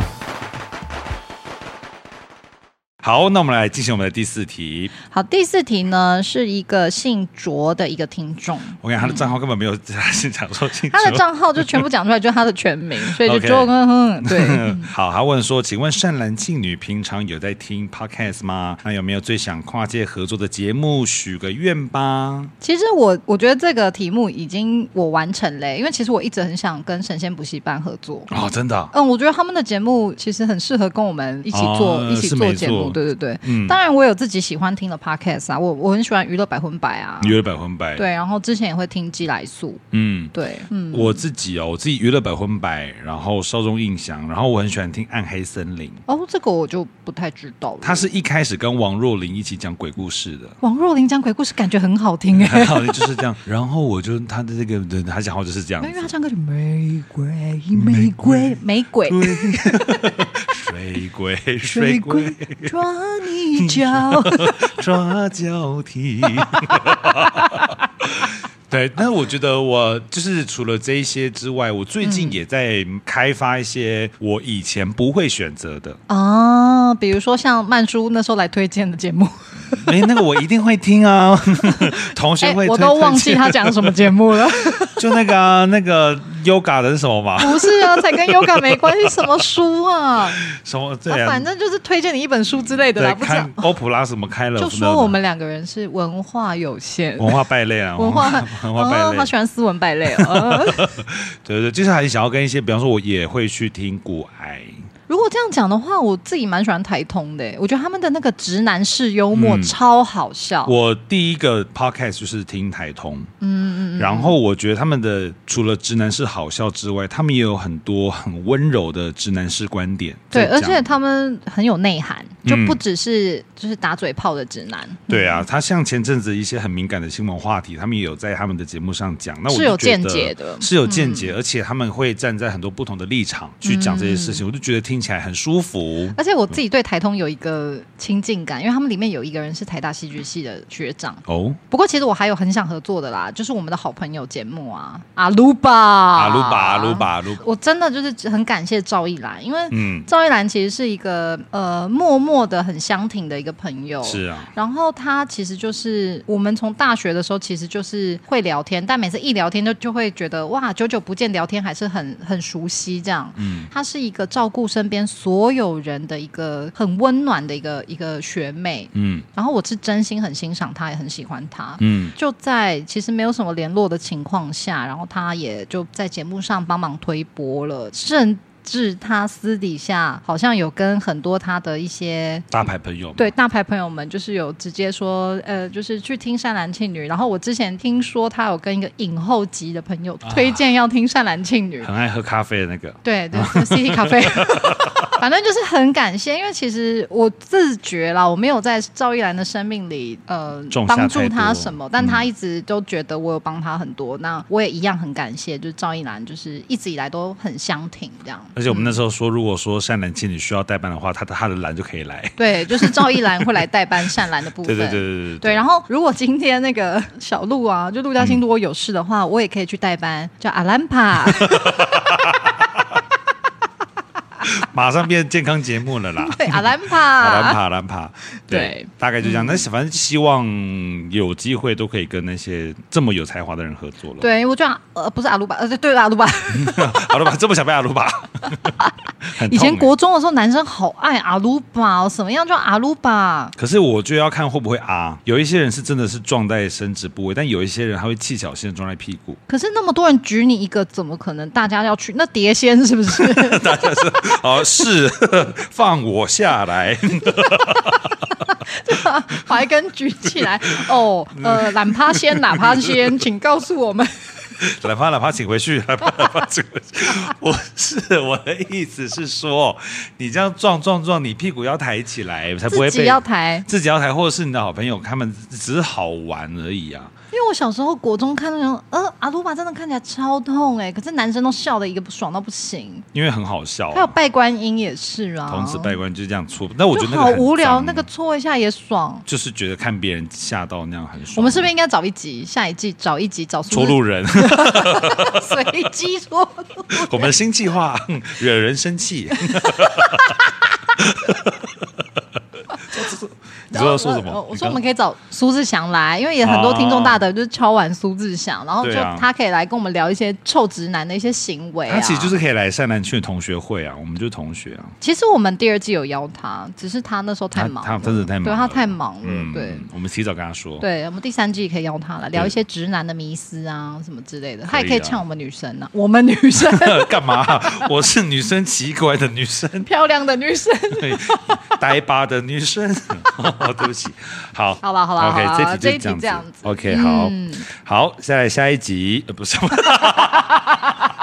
好，那我们来进行我们的第四题。
好，第四题呢是一个姓卓的一个听众，
我跟你讲，他的账号根本没有他现场说清楚。
他的账号就全部讲出来，就是他的全名，所以就嗯
OK
卓跟哼， 对，
好，他问说：“请问善男信女平常有在听 podcast 吗？那有没有最想跨界合作的节目？许个愿吧。
其实我我觉得这个题目已经我完成欸嘞，因为其实我一直很想跟神仙补习班合作。”
哦，真的啊、
嗯，我觉得他们的节目其实很适合跟我们一起做、
哦
一起
是
做
没
节目，
错
对对对。
嗯
当然，我有自己喜欢听的 podcast 啊，我我很喜欢娱乐百分百啊，
娱乐百分百。，
对，然后之前也会听寄来素，
嗯，
对，嗯，
我自己哦，我自己娱乐百分百，然后少中印象，然后我很喜欢听《暗黑森林》，
哦，这个我就不太知道了。
他是一开始跟王若琳一起讲鬼故事 的。
王若琳讲鬼故事，感觉很好听哎、
然后就是这样，然后我就他的这个对他讲话就是这样
没有因为她
子，
唱歌就玫瑰，玫瑰，玫瑰，
水鬼水
玫
鬼
瑰抓你脚。
抓交替。 对，但是我觉得我就是除了这一些之外，我最近也在开发一些我以前不会选 择的。
哦，比如说像曼叔那时候来推荐的节 目，
哎，那个我一定会听啊， 同学
哎、
会推、
我都忘记他讲什么节目 了。
推荐， 就那个、啊、那个 yoga 的是什么嘛？
不是啊，才跟 yoga 没关系，什么书啊？
什么对
啊，
啊
反正就是推荐你一本书之类的啦，
对，
不知道
看。欧普拉什么开了，
就说我们两个人是文化有限。
文化败类 啊，
文化
文化败
哦，
类，
他喜欢斯文败类哦。呃
对对，就是还想要跟一些，比方说，我也会去听古癌，
如果这样讲的话，我自己蛮喜欢台通的，我觉得他们的那个直男式幽默
嗯
超好笑。
我第一个 podcast 就是听台通，嗯嗯，然后我觉得他们的除了直男式好笑之外，他们也有很多很温柔的直男式观点
对，
在
而
讲。
且他们很有内涵，就
嗯
不只是就是打嘴炮的直男，
对啊，他像前阵子一些很敏感的新闻话题，他们也有在他们的节目上讲，那我
是
就
有
觉
见
得
解的嗯
是有见解，而且他们会站在很多不同的立场去讲这些事
嗯
情，我就觉得听起来很舒服。
而且我自己对台通有一个亲近感，因为他们里面有一个人是台大戏剧系的学长。
哦，
不过其实我还有很想合作的啦，就是我们的好朋友节目啊，阿鲁巴，阿
阿鲁巴阿鲁巴。阿鲁巴，
我真的就是很感谢赵一兰，因为
嗯，
赵一兰其实是一个呃默默的很相挺的一个朋友，
是啊，
然后他其实就是我们从大学的时候，其实就是会聊天，但每次一聊天就就会觉得哇，久久不见，聊天还是很很熟悉这样。嗯，她是一个照顾身边所有人的一个很温暖的一个一个学妹。
嗯
然后我是真心很欣赏她，也很喜欢她。
嗯
就在其实没有什么联络的情况下，然后她也就在节目上帮忙推播了，甚至她私底下好像有跟很多她的一些
大牌朋友嘛，
对大牌朋友们，就是有直接说，呃，就是去听善男信女。然后我之前听说他有跟一个影后级的朋友
啊
推荐要听善男信女，
很爱喝咖啡的那个，
对 对就是，CT 咖啡。 反正就是很感谢，因为其实我自觉啦，我没有在赵一兰的生命里呃
种下
帮助
太多
他什么，但
嗯
他一直都觉得我有帮他很多，那我也一样很感谢，就是赵一兰就是一直以来都很相挺这样。
而且我们那时候说，如果说善男信女需要代班的话，他的他的栏就可以来。
对，就是赵一兰会来代班善兰的部分。
对对对对对
嗯对，然
后
后如果今天那个小鹿啊，就陆嘉欣如果有事的话，我也可以去代班，叫阿兰 帕。
马上变健康节目了啦。
对，阿兰
阿兰
帕。
帕，阿兰帕，
对嗯
对，大概就这样。但是反正希望有机会都可以跟那些这么有才华的人合作了。，
对，我就想呃不是阿鲁巴，呃对对阿鲁巴。
阿鲁巴这么想被阿 鲁巴，很痛
以前
欸
国中的时候，男生好爱阿鲁巴、哦，什么样叫阿鲁巴？
可是我就要看会不会啊，有一些人是真的是撞在生殖部位，但有一些人他会气巧性地撞在屁股。
可是那么多人举你一个，怎么可能大家要去？那碟仙是不是？
大家是 哦，是放我下来，
把一根举起来哦，呃，懒趴仙，哪趴仙，请告诉我们。
来吧来吧，请回去，来 吧来吧，请回去。我是我的意思是说，你这样撞撞撞，你屁股要抬起来，才不会
自
被
己要抬，
自己要抬，或者是你的好朋友，他们只是好玩而已啊。
因为我小时候国中看那种，呃，阿鲁巴真的看起来超痛哎、可是男生都笑的一个不爽到不行。
因为很好笑、
还有
啊，
拜观音也是啊，
童子拜关就是这样搓。那我觉
就
得那个
好
很
无聊，
脏
那个搓一下也爽。
就是觉得看别人吓到那样很爽。
我们是不是应该找一集，下一季找一集找苏
戳路人？
随机戳路？
我们的新计划
嗯
惹人生气。你说要说什么
我我
你
说
刚
我们可以找苏志祥来，因为也很多听众大的就是敲完苏志祥，然后就
对啊
他可以来跟我们聊一些臭直男的一些行为、啊。
他其实就是可以来善男去同学会啊，我们就是同学啊。
其实我们第二季有邀他，只是他那时候太
他
忙
他
了，
真的太忙了，
对他太忙了，
嗯，
对。，
我们提早跟他说，
对，我们第三季可以邀他来聊一些直男的迷思啊，什么之类的。他也可以呛我们女生啊，我们女生
干嘛啊、我是女生，奇怪的女生，
漂亮的女生。
对，呆巴的女生， 对不起，好，
好吧好吧好吧
，OK，
这
这题
一
就
题
这
这
样
样
子
子嗯
，OK，好，好，下来下一集，呃，不是，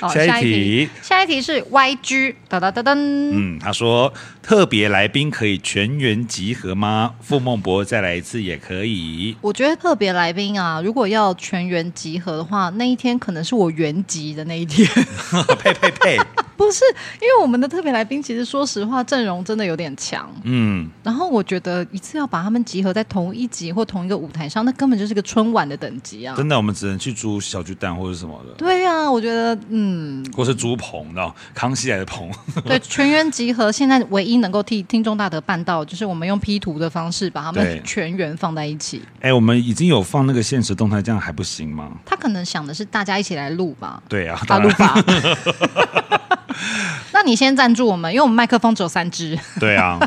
好
下一题，
下一题是 YG，哒哒哒噔。
嗯，他说特别来宾可以全员集合吗？傅孟博再来一次也 可以，
我觉得特别来宾啊，如果要全员集合的话，那一天可能是我原籍的那一天。
呸呸呸，
不是，因为我们的特别来宾其实说实话阵容真的有点强，
嗯，
然后我觉得一次要把他们集合在同一集或同一个舞台上，那根本就是个春晚的等级啊。
真的，我们只能去租小巨蛋或者什么的，
对啊，我觉得嗯，
或是租棚的，康熙来的棚，
对，全员集合现在唯一能够替听众大德办到，就是我们用 P 图的方式把他
对
们全员放在一起。
哎，我们已经有放那个现实动态，这样还不行吗？
他可能想的是大家一起来录吧，
对啊，
大
当
录
然，
吧。那你先赞助我们，因为我们麦克风只有三支。
对啊，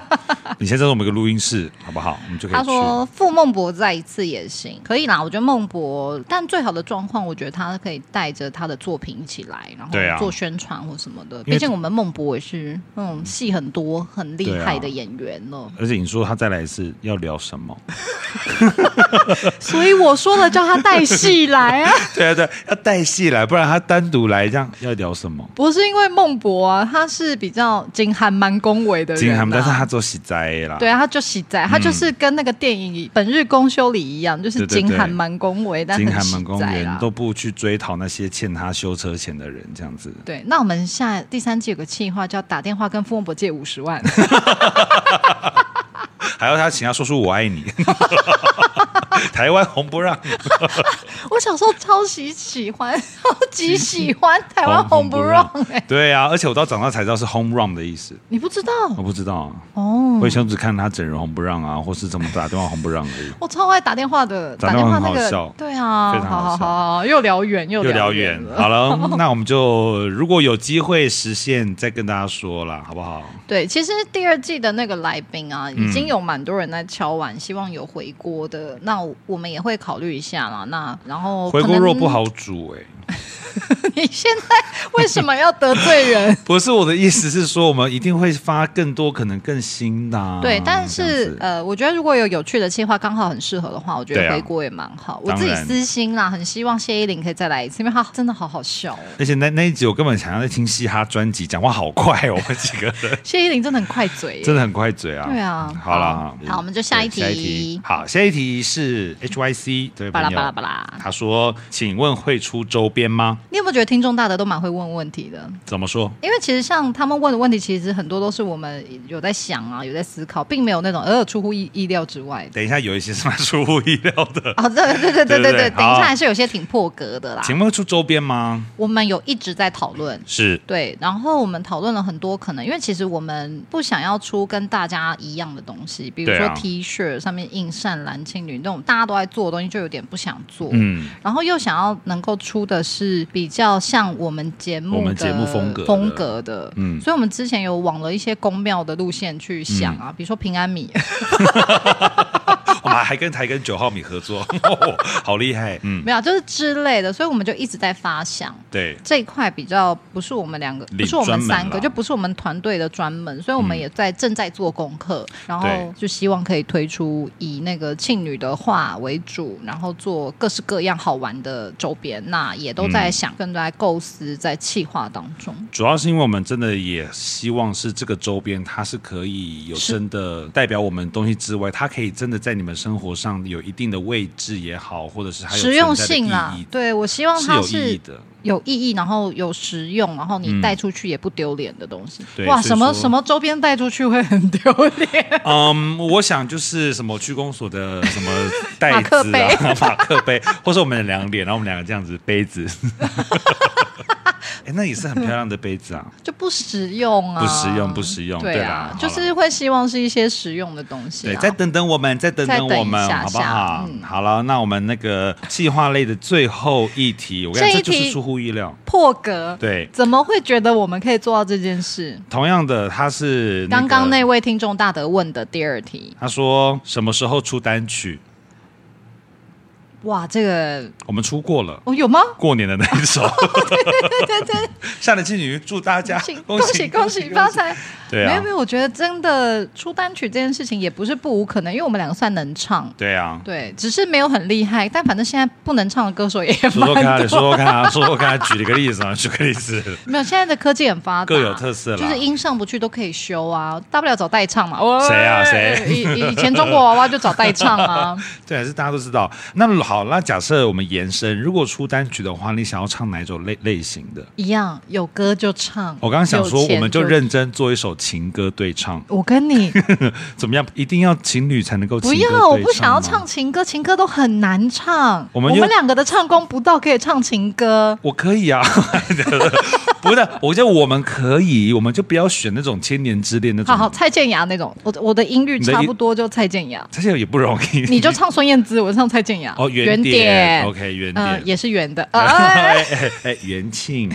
你先在我们一个录音室好不好？我们就可以
他
去。
说傅孟博再一次也行，可以啦。我觉得孟博，但最好的状况，我觉得他可以带着他的作品一起来，然
对啊
后做宣传或什么的。
因为
毕竟我们孟博也是那种戏很多、很厉害的演员了，
而且你说他再来一次要聊什么？
所以我说了叫他带戏来啊，
对啊，对，要带戏来，不然他单独来这样要聊什么？
不是因为孟博啊，他是比较金韩蛮恭维的人、啊，
金他们，但是他做喜灾啦。
对啊，他就喜在，他就是跟那个电影《本日公休礼》一样，就是
对对对
金韩蛮恭维，但
金
很
海
喜啊
门公
在
园
啦
都不去追讨那些欠他修车钱的人，这样子。
对，那我们下第三季有个计划，叫打电话跟傅孟博借五十万。
还要他请他说出“我爱你”， 台湾红不让，
我小时候超级喜欢，超级喜欢台湾红不 让哎、
对啊，而且我到长大才知道是 home run 的意思，
你不知道
我不知道啊。
哦
我以？前只看他整容红不让啊，或是怎么打电话红不让而已。
我超爱打电话的，
打
打
电
电
话
话
很
那
好
个
笑
对啊，
非常好
好
笑
好好，又聊远 又
又聊
远
远，
了。
好了， 那我们就如果有机会实现，再跟大家说啦，好不好？
对，其实第二季的那个来宾啊，
嗯
已经有蛮多人在敲碗，希望有回锅的。那我们也会考虑一下啦。那然后
回
可
锅
能
肉不，好煮、欸，
你现在为什么要得罪人？
不是我的意思是说，我们一定会发更多，可能更新的 啊、
对，但
这样
是
子
呃，我觉得如果有有趣的计划，刚好很适合的话，我觉
对
得
啊
回国也蛮好。我
当
自己
然
私心啦，很希望谢依霖可以再来一次，因为他真的好好笑哦。
而且那那一集我根本想要在听嘻哈专辑，讲话好快、哦，我们几个 人
谢依霖真的很快嘴耶，
真的很快嘴啊。
对啊
好了，
好我们就下一
对下一
题
题，好，下一题是 H Y C 这位
巴拉
朋友
巴拉巴拉。
他说：“请问会出周边吗？
你有没有觉得听众大的都蛮会问问题的？
怎么说？
因为其实像他们问的问题，其实很多都是我们有在想啊，有在思考，并没有那种呃出乎意意料之外的。
等一下有一些是蛮出乎意料的。
哦，对对对对对
对对
对，
好
等一下还是有些挺破格的啦。
请问会出周边吗？
我们有一直在讨论，
是
对，然后我们讨论了很多可能，因为其实我们不想要出跟大家一样的东西，比如
对
说
啊
T 恤上面印善蓝青女那种大家都在做的东西，就有点不想做。
嗯，
然后又想要能够出的是比较像我们节目
我们
的
节目风格的
风格的，
嗯
所以我们之前有往了一些宫庙的路线去想啊，
嗯
比如说平安米，
哦我们还跟台跟九号米合作， 哦好厉害。嗯，
没有啊就是之类的，所以我们就一直在发想。
对，
这一块比较不是我们两个，
领
不是我们三
专门啦嗯
个，就不是我们团队的专门，所以我们也在、正在做功课，然
对
后就希望可以推出以那个庆女的话为主，然后做各式各样好玩的周边，那也都在想，跟在构思，在企划当中。
主要是因为我们真的也希望是这个周边，它是可以有
是
真的代表我们东西之外，它可以真的在你们生活上有一定的位置也好，或者是它有
实用
存在的
性啦
意义，
对我希望
是
它
有意义
是
的。
有意义，然后有实用，然后你
嗯
带出去也不丢脸的东西。
对
哇，
所以
什么
说
什么周边带出去会很丢脸？
嗯，我想就是什么区公所的什么袋
马克
子啊，马克杯，或是我们的两脸，然后我们两个这样子杯子，哎，那也是很漂亮的杯子 啊，
就不实用啊，
不实用不实用
对
对啦
啊
好，
就
啦
是会希望是一些实用的东西、啊。
对，再等等我们，再等
再等
我们
一，下
好不
下
好？
嗯
好了，那我们那个计划类的最后一题，我跟你
这
讲，
一
这就是
题
出乎意料。
破格，
对
怎么会觉得我们可以做到这件事？
同样的，他是、
刚刚那，位听众大德问的第二题，
他说什么时候出单曲？
哇，这个
我们出过了。
哦有吗？
过年的那一首《
对对对，
善男信女》，祝大家
请
恭
喜恭喜发！财！
对
没
啊
有没，有，我觉得真的出单曲这件事情也不是不无可能，因为我们两个算能唱，
对啊，
对，只是没有很厉害，但反正现在不能唱的歌手也
说说看 啊，
蛮多。
你说说看啊，说说看啊，举了个例子啊，举 个例子，
没有，现在的科技很发达，
各有特色啦
就是音上不去都可以修啊，大不了找代唱嘛。喂
谁啊谁
以以以前中国娃娃就找代唱啊，
对，还是大家都知道。那好，那假设我们延伸，如果出单曲的话，你想要唱哪种类类型的？
一样有歌就唱。
我刚刚想说，
有钱
我们就认真做一首情歌对唱，
我跟你
怎么样？一定要情侣才能够情
不
歌对唱
要，
吗
我不想要唱。情歌，情歌都很难唱。
我们又
两个的唱功不到，可以唱情歌。
我可以啊， 不是，我觉得我们可以，我们就不要选那种千年之恋那种。
好好，蔡健雅那种，我的我的音域
你的音
差不多就蔡健 雅，
这些也不容易。
你就唱孙燕姿，我唱蔡健雅。
哦，
原
原点 o k 原
嗯、
点。
也是圆的。
哎
哎
哎哎，元庆，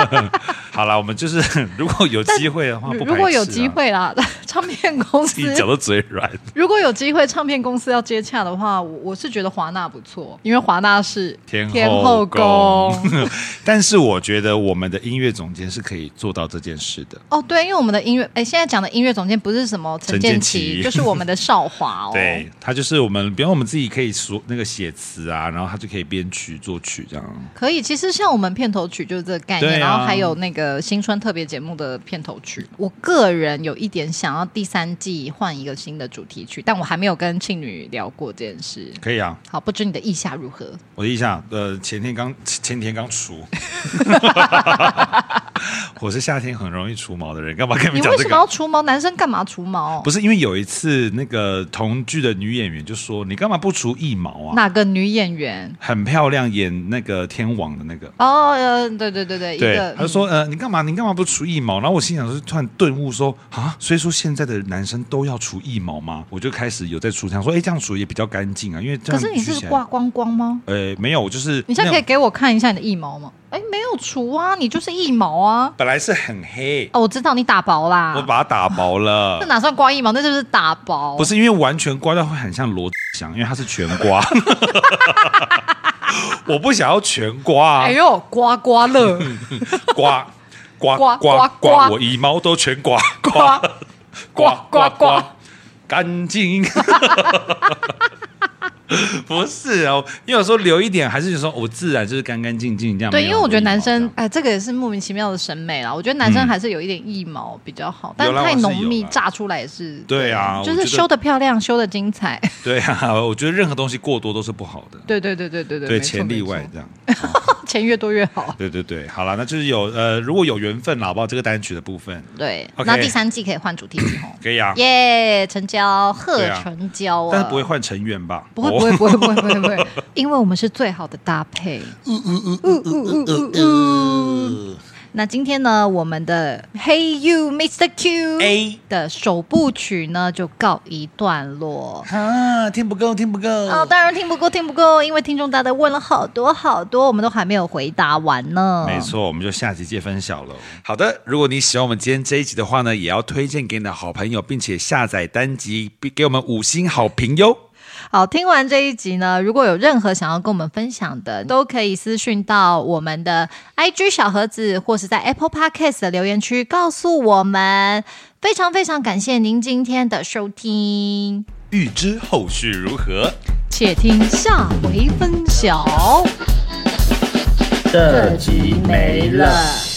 好啦，我们就是 如果有机会的话，不排斥啊
如果有机，会啦， 唱片公司
自己讲到嘴软。
如果有机会唱片公司要接洽的话，我我是觉得华纳不错，因为华纳是
天后
后
宫 但是我觉得我们的音乐总监是可以做到这件事的。
哦，对，因为我们的音乐，哎，现在讲的音乐总监不是什么陈
陈
建
建
奇，
奇
就是我们的少华哦。
对，他就是我们，比方我们自己可以说那个写词啊，然后他就可以编曲作曲这样。
可以，其实像我们片头曲就是这个概念，
对啊
然后还有那个新春特别节目的片头曲。我个人有一点想要第三季换一个新的主题曲，但我还没有跟庆女聊过这件事。
可以啊，
好，不知你的意下如何？
我的意下，呃，前天刚前天 刚除，我是夏天很容易除毛的人，干嘛跟你
你
们讲
为
这
什么要
个？啊
除毛？男生干嘛除毛？
不是因为有一次那个同剧的女演员就说：“你干嘛不除腋毛啊
哪个女演员？”？
很漂亮，演那个天王的那个。
哦，呃，对对对对，一
对
个，嗯
他就说：“呃，你干嘛？你干嘛不除腋毛？”然后我心想是突然顿悟说：“啊，所以说现在的男生都要除腋毛吗？”我就开始有在除，想说：“哎，这样除也比较干净啊，因为这
可
样
是你
举
是
起来
刮光光吗？
呃，没有，我就是
你现在
那
可以
种
给我看一下你的腋毛吗？哎，没有除啊，你就是腋毛啊。
本来是很黑，
哦，我知道你打薄啦，
我把它打薄了
那。哪算刮腋毛？那就是打薄。
不是因为完全刮掉会很像罗志祥，因为他是全 刮。我不想要全刮、啊
哎，呦，刮刮乐，
刮
刮
刮刮
刮
刮
刮
我姨毛都全刮
刮
刮刮
刮
刮
刮
刮，干净。不是哦，因为有时候留一点，还是就说我自然就是干干净净这样。
对，
没
因
有
为我觉得
腋毛
男
这
生
样，
哎，这个也是莫名其妙的审美啦。我觉得男生还是有一点腋毛比较好，但
有啦
太
我是
浓密
有啦
炸出来也是。
对啊
就
我
是
觉得
修的漂亮，修的精彩。
对啊，我觉得任何东西过多都是不好的。
对对对对对对
对，
没错
钱例外
没错
这样。
钱越多越好。
对对对，好了，那就是有呃，如果有缘分啦，好不好？这个单曲的部分
对，
OK
那第三季可以换主题曲哦。
可以啊，
耶，成交，贺
对啊
成交啊！
但是不会换成员吧？
不会，不
哦
会，不会，不会，不会，不会， 因为我们是最好的搭配。那今天呢，我们的《Hey You Mr. Q》的首部曲呢，就告一段落。
啊，听不够，听不够。
哦，当然听不够，听不够，因为听众大大问了好多好多，我们都还没有回答完呢。
没错，我们就下集见分晓了。好的，如果你喜欢我们今天这一集的话呢，也要推荐给你的好朋友，并且下载单集，并给我们五星好评哟。
好，听完这一集呢，如果有任何想要跟我们分享的，都可以私讯到我们的 IG 小盒子，或是在 Apple Podcast 的留言区告诉我们。非常非常感谢您今天的收听，
欲知后续如何，
且听下回分晓。这集没了。